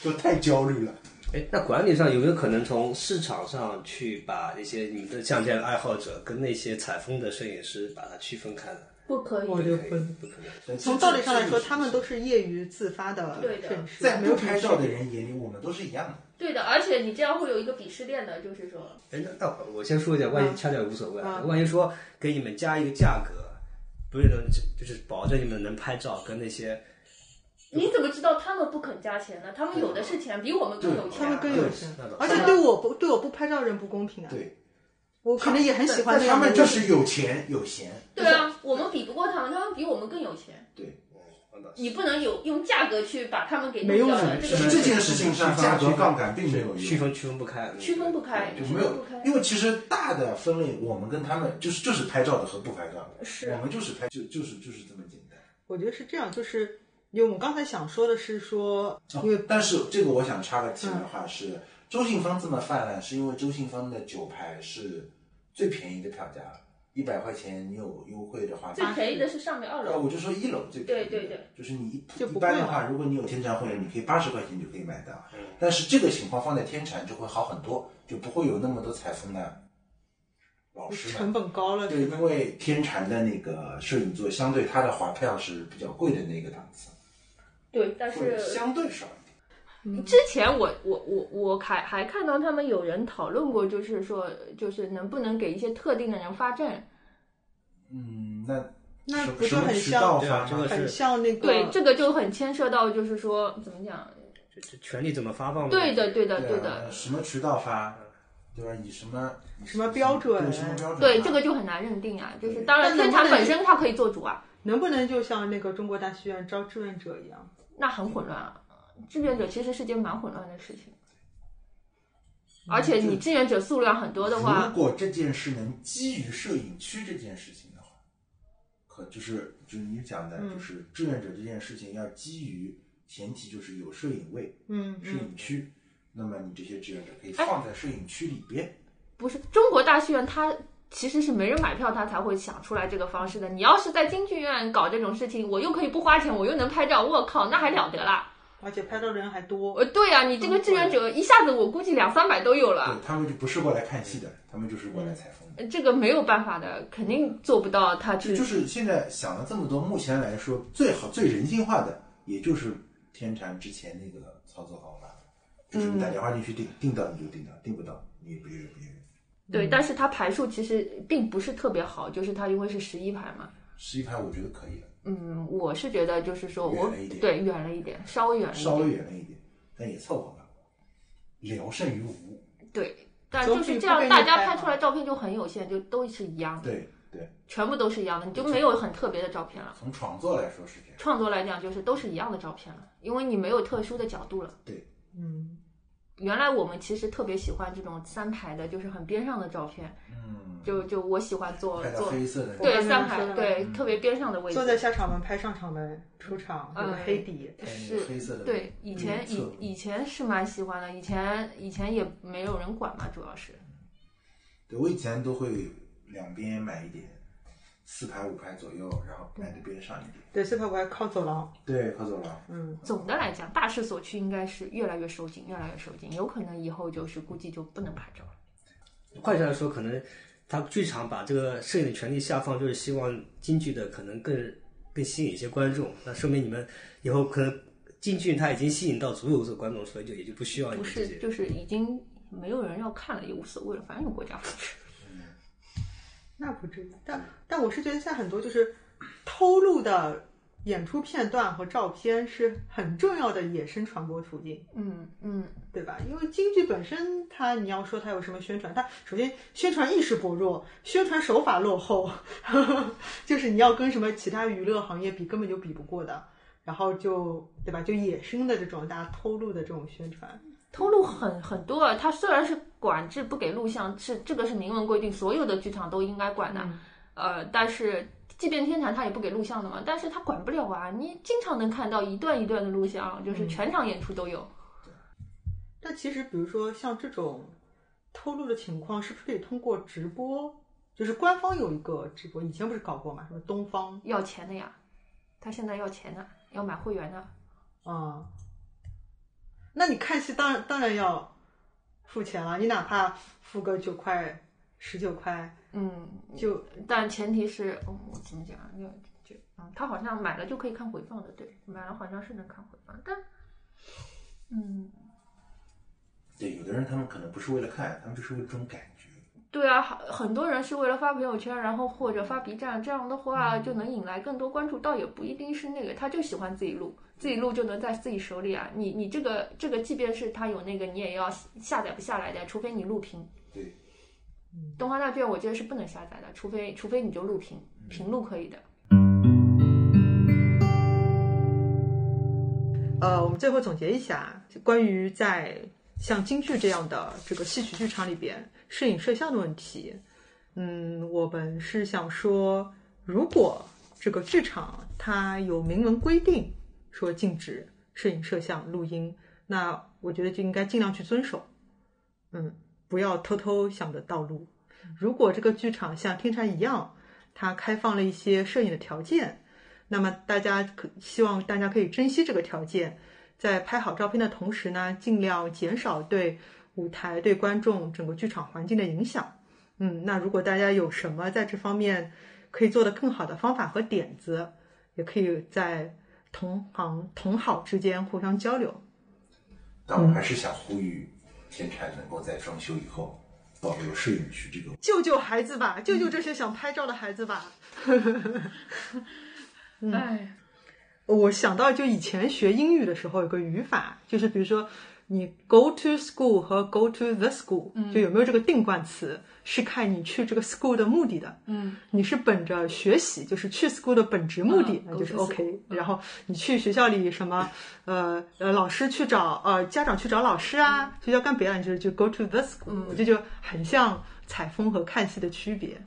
Speaker 3: 就太焦虑了。
Speaker 4: 哎，那管理上有没有可能从市场上去把一些你们的像这样的爱好者跟那些采风的摄影师把它区分开来？哎
Speaker 1: 不可以。
Speaker 2: 我就分。
Speaker 4: 不可能。
Speaker 2: 从道理上来说，
Speaker 3: 这个
Speaker 2: 他们都是业余自发的
Speaker 1: 对的
Speaker 2: 摄影师，
Speaker 3: 在
Speaker 2: 没
Speaker 3: 没
Speaker 2: 有
Speaker 3: 有
Speaker 2: 什么
Speaker 3: 拍照
Speaker 2: 区
Speaker 3: 的
Speaker 2: 别。
Speaker 3: 人眼里，我们都是一样的。
Speaker 1: 对的，而且你这样会有一个鄙视链的，就是说，
Speaker 4: 哎，那那我先说一下，万一掐掉也无所谓啊。
Speaker 2: 嗯
Speaker 4: 万一说给你们加一个价格，不是能就是保证你们能拍照，跟那些
Speaker 1: 你怎么知道他们不肯加钱呢？他们有的是钱，比我们更有
Speaker 2: 他
Speaker 1: 钱
Speaker 2: 们
Speaker 1: 啊。
Speaker 2: 更有钱
Speaker 4: 那倒是，
Speaker 2: 而且对我不对我不拍照的人不公平啊！
Speaker 3: 对，
Speaker 2: 我可能也很喜欢那
Speaker 3: 他
Speaker 2: 样的
Speaker 3: 们
Speaker 2: 人，
Speaker 3: 就是有钱有闲。
Speaker 1: 对啊，我们比不过他们，他们比我们更有钱。
Speaker 3: 对，
Speaker 1: 你不能有用价格去把他们给
Speaker 2: 没
Speaker 1: 弄
Speaker 2: 用
Speaker 1: 掉
Speaker 2: 的
Speaker 1: 了，这
Speaker 3: 是
Speaker 1: 个
Speaker 3: 这件事情上价格杠杆并没有
Speaker 4: 区
Speaker 3: 用，
Speaker 4: 分区分不开，嗯
Speaker 1: 区分不开，
Speaker 3: 就
Speaker 1: 区
Speaker 3: 没
Speaker 1: 分不
Speaker 3: 有
Speaker 1: 开，。
Speaker 3: 因为其实大的分类，我们跟他们就是就是拍照的和不拍照的，
Speaker 1: 是
Speaker 3: 我们就是拍就就是就是这么简单。
Speaker 2: 我觉得是这样，就是因为我们刚才想说的是说，因为
Speaker 3: 哦
Speaker 2: 嗯
Speaker 3: 但是这个我想插个题的话是，周信芳这么泛滥，是因为周信芳的九排是最便宜的票价了，一百块钱你有优惠的话，
Speaker 1: 最便宜的是上面二
Speaker 3: 呃，
Speaker 1: 楼。
Speaker 3: 我就说一楼最便宜的，
Speaker 1: 对对对
Speaker 3: 就是你一
Speaker 2: 就不
Speaker 3: 一
Speaker 2: 贵了
Speaker 3: 般的话，如果你有天蟾会员，你可以八十块钱就可以买到。但是这个情况放在天蟾就会好很多，就不会有那么多采风的老师
Speaker 2: 成
Speaker 3: 们。
Speaker 2: 本高了，
Speaker 3: 对，因为天蟾的那个摄影座，相对它的华票是比较贵的那个档次，
Speaker 1: 对，但
Speaker 3: 会
Speaker 1: 是嗯
Speaker 3: 相对少一点。
Speaker 1: 之前我我我我还还看到他们有人讨论过，就是说，就是能不能给一些特定的人发证？
Speaker 3: 嗯，那
Speaker 2: 那
Speaker 3: 什
Speaker 2: 不
Speaker 3: 什
Speaker 2: 就
Speaker 3: 么
Speaker 2: 很
Speaker 3: 渠
Speaker 2: 像
Speaker 3: 道
Speaker 4: 对
Speaker 3: 发
Speaker 4: 啊
Speaker 3: 吗
Speaker 4: 这个是
Speaker 2: 很像那个
Speaker 1: 对，这个就很牵涉到，就是说怎么讲？
Speaker 2: 嗯
Speaker 4: 这这权利怎么发放嘛？
Speaker 1: 对的，对的，对
Speaker 3: 啊
Speaker 1: 的，
Speaker 3: 什么渠道发，对吧？以什么
Speaker 2: 什么标准
Speaker 3: 对什么标准发？
Speaker 1: 对，这个就很难认定啊。就是当然，
Speaker 2: 那
Speaker 1: 天
Speaker 2: 能不
Speaker 1: 坛
Speaker 2: 能
Speaker 1: 本身它可以做主啊，
Speaker 2: 能不能就像那个中国大剧院招志愿者一样？
Speaker 1: 那很混乱啊。志愿者其实是件蛮混乱的事情，而
Speaker 3: 嗯
Speaker 1: 且你志愿者数量很多的
Speaker 3: 如
Speaker 1: 话，
Speaker 3: 果这件事能基于摄影区这件事情的话，可就是就是你讲的，就是志愿者这件事情要基于前提就是有摄影位、
Speaker 2: 嗯
Speaker 3: 摄影区，那么你这些志愿者可以放在摄影区里边。
Speaker 1: 不是中国大剧院它。其实是没人买票，他才会想出来这个方式的。你要是在京剧院搞这种事情，我又可以不花钱，我又能拍照，我靠，那还了得啦！
Speaker 2: 而且拍照的人还多。
Speaker 1: 呃，对呀、你这个志愿
Speaker 3: 嗯
Speaker 1: 者一下子我估计两三百都有了，
Speaker 3: 对他们就不是过来看戏的，他们就是过来采风的。
Speaker 1: 呃这个没有办法的，肯定做不到他去。
Speaker 3: 就是现在想了这么多，目前来说最好最人性化的，也就是天蟾之前那个操作方法，就是你打电话进去订，订到你就订到，订不到你不就是不就是。
Speaker 1: 对，
Speaker 3: 嗯
Speaker 1: 但是它排数其实并不是特别好，就是它因为是十一排嘛。
Speaker 3: 十一排我觉得可以了，
Speaker 1: 嗯，我是觉得就是说我
Speaker 3: 远了一点
Speaker 1: 对远了一点，稍微远了一点，
Speaker 3: 稍微远了一点，但也凑合吧，聊胜于无。
Speaker 1: 对。但
Speaker 2: 总
Speaker 1: 就是
Speaker 2: 比
Speaker 1: 这
Speaker 2: 不
Speaker 1: 样，
Speaker 2: 给
Speaker 1: 大
Speaker 2: 你
Speaker 1: 家
Speaker 2: 拍
Speaker 1: 拍
Speaker 2: 嘛
Speaker 1: 出来照片就很有限，就都是一样的，
Speaker 3: 对对，
Speaker 1: 全部都是一样的，你就没有很特别的照片了。
Speaker 3: 从创作来说是这样。
Speaker 1: 创作来讲，就是都是一样的照片了，因为你没有特殊的角度了。
Speaker 2: 嗯，
Speaker 1: 原来我们其实特别喜欢这种三排的，就是很边上的照片，
Speaker 3: 嗯，
Speaker 1: 就就我喜欢坐
Speaker 3: 拍到
Speaker 1: 坐
Speaker 3: 黑色的，
Speaker 1: 对
Speaker 2: 我
Speaker 1: 三
Speaker 2: 刚才说
Speaker 1: 排
Speaker 2: 的
Speaker 1: 对
Speaker 3: 嗯
Speaker 1: 特别边上的位置
Speaker 2: 坐。在下场门拍上场门，出场有个
Speaker 1: 嗯
Speaker 2: 黑底。
Speaker 3: 拍那
Speaker 1: 是
Speaker 3: 个黑色的。
Speaker 1: 对，以前
Speaker 3: 内
Speaker 1: 以
Speaker 3: 侧
Speaker 1: 以前是蛮喜欢的，以前以前也没有人管嘛，主要是
Speaker 3: 对我以前都会两边买一点，四排五排左右，然后买的边上一点。
Speaker 2: 对，四排五还靠走廊。
Speaker 3: 对，啊靠走廊。
Speaker 2: 嗯，
Speaker 1: 总的来讲，大势所趋应该是越来越收紧，越来越收紧，有可能以后就是估计就不能拍照了。
Speaker 4: 换句话说，可能他剧场把这个摄影的权利下放，就是希望京剧的可能更更吸引一些观众。那说明你们以后可能京剧它已经吸引到足有所观众，所以就也就不需要你
Speaker 1: 不
Speaker 4: 们这
Speaker 1: 是，
Speaker 4: 些。
Speaker 1: 就是已经没有人要看了，也无所谓了，反正有国家扶持。
Speaker 2: 那不至于。但但我是觉得现在很多就是偷录的演出片段和照片是很重要的野生传播途径，
Speaker 1: 嗯嗯，
Speaker 2: 对吧？因为京剧本身它，你要说它有什么宣传，它首先宣传意识薄弱，宣传手法落后， 就是你要跟什么其他娱乐行业比，根本就比不过的。然后就对吧？就野生的这种大家偷录的这种宣传，
Speaker 1: 偷录很很多啊，它虽然是管制不给录像，是这个是明文规定，所有的剧场都应该管的。呃，但是即便天坛它也不给录像的嘛，但是它管不了啊。你经常能看到一段一段的录像，就是全场演出都有。
Speaker 2: 但其实，比如说像这种偷录的情况，是不是可以通过直播？就是官方有一个直播，以前不是搞过嘛？什么东方
Speaker 1: 要钱的呀，他现在要钱的，要买会员的。
Speaker 2: 啊、那你看戏当然当然要付钱了，你哪怕付个九块、十九块，
Speaker 1: 嗯，
Speaker 2: 就
Speaker 1: 但前提是，嗯，我怎么讲啊？要就嗯，他好像买了就可以看回放的，对，买了好像是能看回放，但嗯，
Speaker 3: 对，有的人他们可能不是为了看，他们就是为了这种感觉。
Speaker 1: 对啊，很很多人是为了发朋友圈，然后或者发 B 站，这样的话就能引来更多关注，倒也不一定是那个，他就喜欢自己录，自己录就能在自己手里啊。你你这个这个，即便是他有那个，你也要下载不下来的，除非你录屏。
Speaker 3: 对，
Speaker 1: 嗯东华大剧院我记得是不能下载的，除非除非你就录屏，屏录可以的。
Speaker 2: 呃，我们最后总结一下，就关于在像京剧这样的这个戏曲剧场里边，摄影摄像的问题。嗯，我们是想说，如果这个剧场它有明文规定说禁止摄影、摄像、录音，那我觉得就应该尽量去遵守。嗯，不要偷偷想着道路。如果这个剧场像天蟾一样，它开放了一些摄影的条件，那么大家可希望大家可以珍惜这个条件，在拍好照片的同时呢，尽量减少对舞台、对观众、整个剧场环境的影响。嗯，那如果大家有什么在这方面可以做得更好的方法和点子，也可以在同行同好之间互相交流。
Speaker 3: 但我还是想呼吁天蟾能够在装修以后保留摄影区这个。
Speaker 2: 救救孩子吧，救救这些想拍照的孩子吧！
Speaker 1: 哎，
Speaker 2: 我想到就以前学英语的时候有个语法，就是比如说你 go to school 和 go to the school，、就
Speaker 1: 嗯
Speaker 2: 有没有这个定冠词，是看你去这个 school 的目的的。
Speaker 1: 嗯，
Speaker 2: 你是本着学习，就是去 school 的本质目的
Speaker 1: 嗯，
Speaker 2: 那就是
Speaker 1: go to
Speaker 2: OK、
Speaker 1: school，嗯
Speaker 2: 然后你去学校里什么，呃呃，老师去找呃家长去找老师
Speaker 1: 嗯
Speaker 2: 啊，学校干别的，你就是就 go to the school，、我觉得就很像采风和看戏的区别。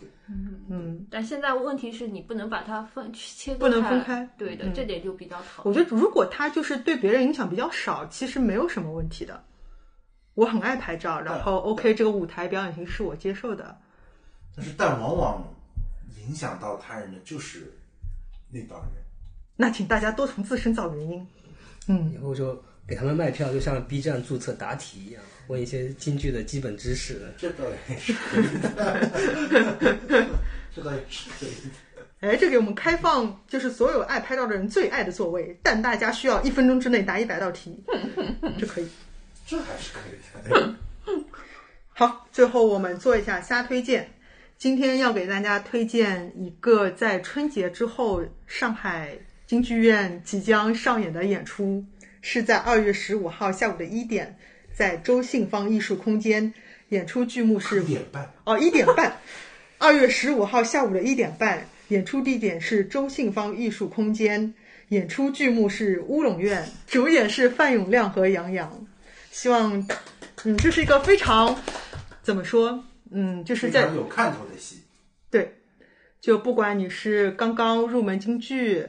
Speaker 1: 但现在问题是你不能把它分切割
Speaker 2: 不能
Speaker 1: 开嗯
Speaker 2: 分开
Speaker 1: 对的，这点就比较讨
Speaker 2: 我觉得如果他就是对别人影响比较少，其实没有什么问题的。我很爱拍照，然后 OK，这个舞台表演形式我接受的。
Speaker 3: 但是，但往往影响到他人的就是那帮人。
Speaker 2: 那请大家多从自身找原因。嗯，
Speaker 4: 然后就给他们卖票，就像 B 站注册答题一样，问一些京剧的基本知识。
Speaker 3: 这倒也是，这倒也是可以的。
Speaker 2: 哎，这给我们开放就是所有爱拍照的人最爱的座位，但大家需要一分钟之内答一百道题，这可以。
Speaker 3: 这还是可 以的。
Speaker 2: 好，最后我们做一下瞎推荐。今天要给大家推荐一个在春节之后上海京剧院即将上演的演出，是在二月十五号下午的一点，在周信芳艺术空间演出剧目是
Speaker 3: 一点半，
Speaker 2: 哦一点半，二月十五号下午的一点半，演出地点是周信芳艺术空间，演出剧目是《乌龙院》，主演是范永亮和杨洋希望，嗯，这是一个非常怎么说，嗯，就是
Speaker 3: 非
Speaker 2: 在
Speaker 3: 常有看头的戏。
Speaker 2: 对，就不管你是刚刚入门京剧，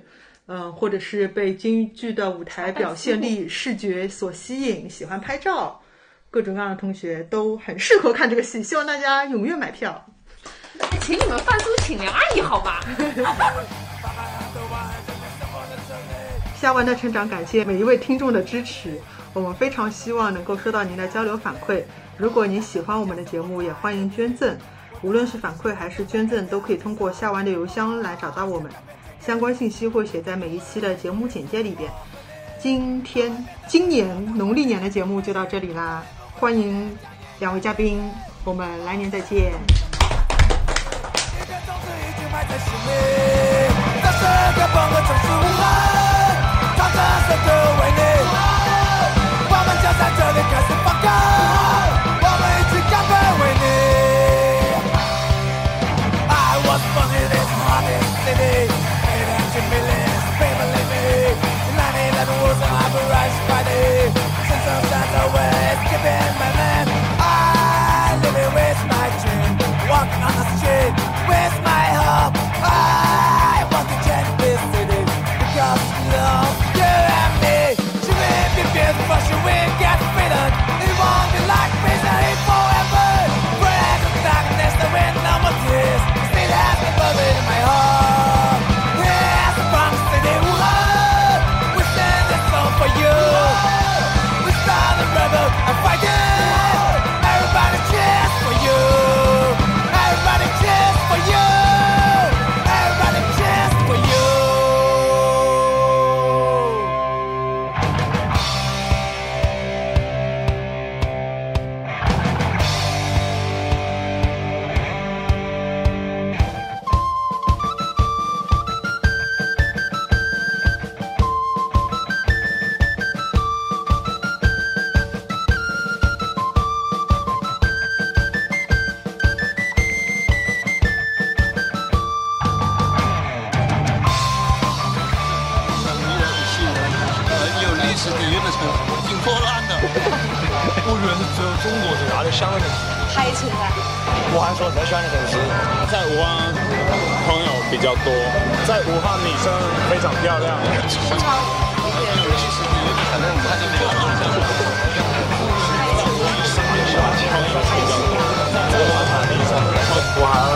Speaker 2: 嗯、或者是被京剧的舞台表现力、视觉所吸引，喜欢拍照，各种各样的同学都很适合看这个戏。希望大家踊跃买票。
Speaker 1: 哎请你们范苏请梁阿姨好吧？
Speaker 2: 虾丸的成长，感谢每一位听众的支持，我们非常希望能够收到您的交流反馈。如果您喜欢我们的节目，也欢迎捐赠，无论是反馈还是捐赠，都可以通过虾丸的邮箱来找到我们。相关信息会写在每一期的节目简介里边。今天，今年农历年的节目就到这里啦，欢迎两位嘉宾，我们来年再见。
Speaker 6: 一片种子已经埋在心里，这是个崩溃城市武汉，它的深度为你。我们就在这里开始放歌，我们一起干杯为你。I was born in this hottest city, made in Jimmy's, baby believe me. 9/11 was an outrage Friday, since I'm sad always giving my man. I live it with my dream, walk on the street with my hope. I want to change this city because love you and me. She will be beautiful, she will get freedom. It won't be like misery forever. Break the darkness, the wind, no more tears. Still has the burden in my heart. Here's the promise to the world. We send this song for you. We start the rebel and fight it. Everybody cheers for you. Everybody cheers for you. Everybody cheers for you. Ah,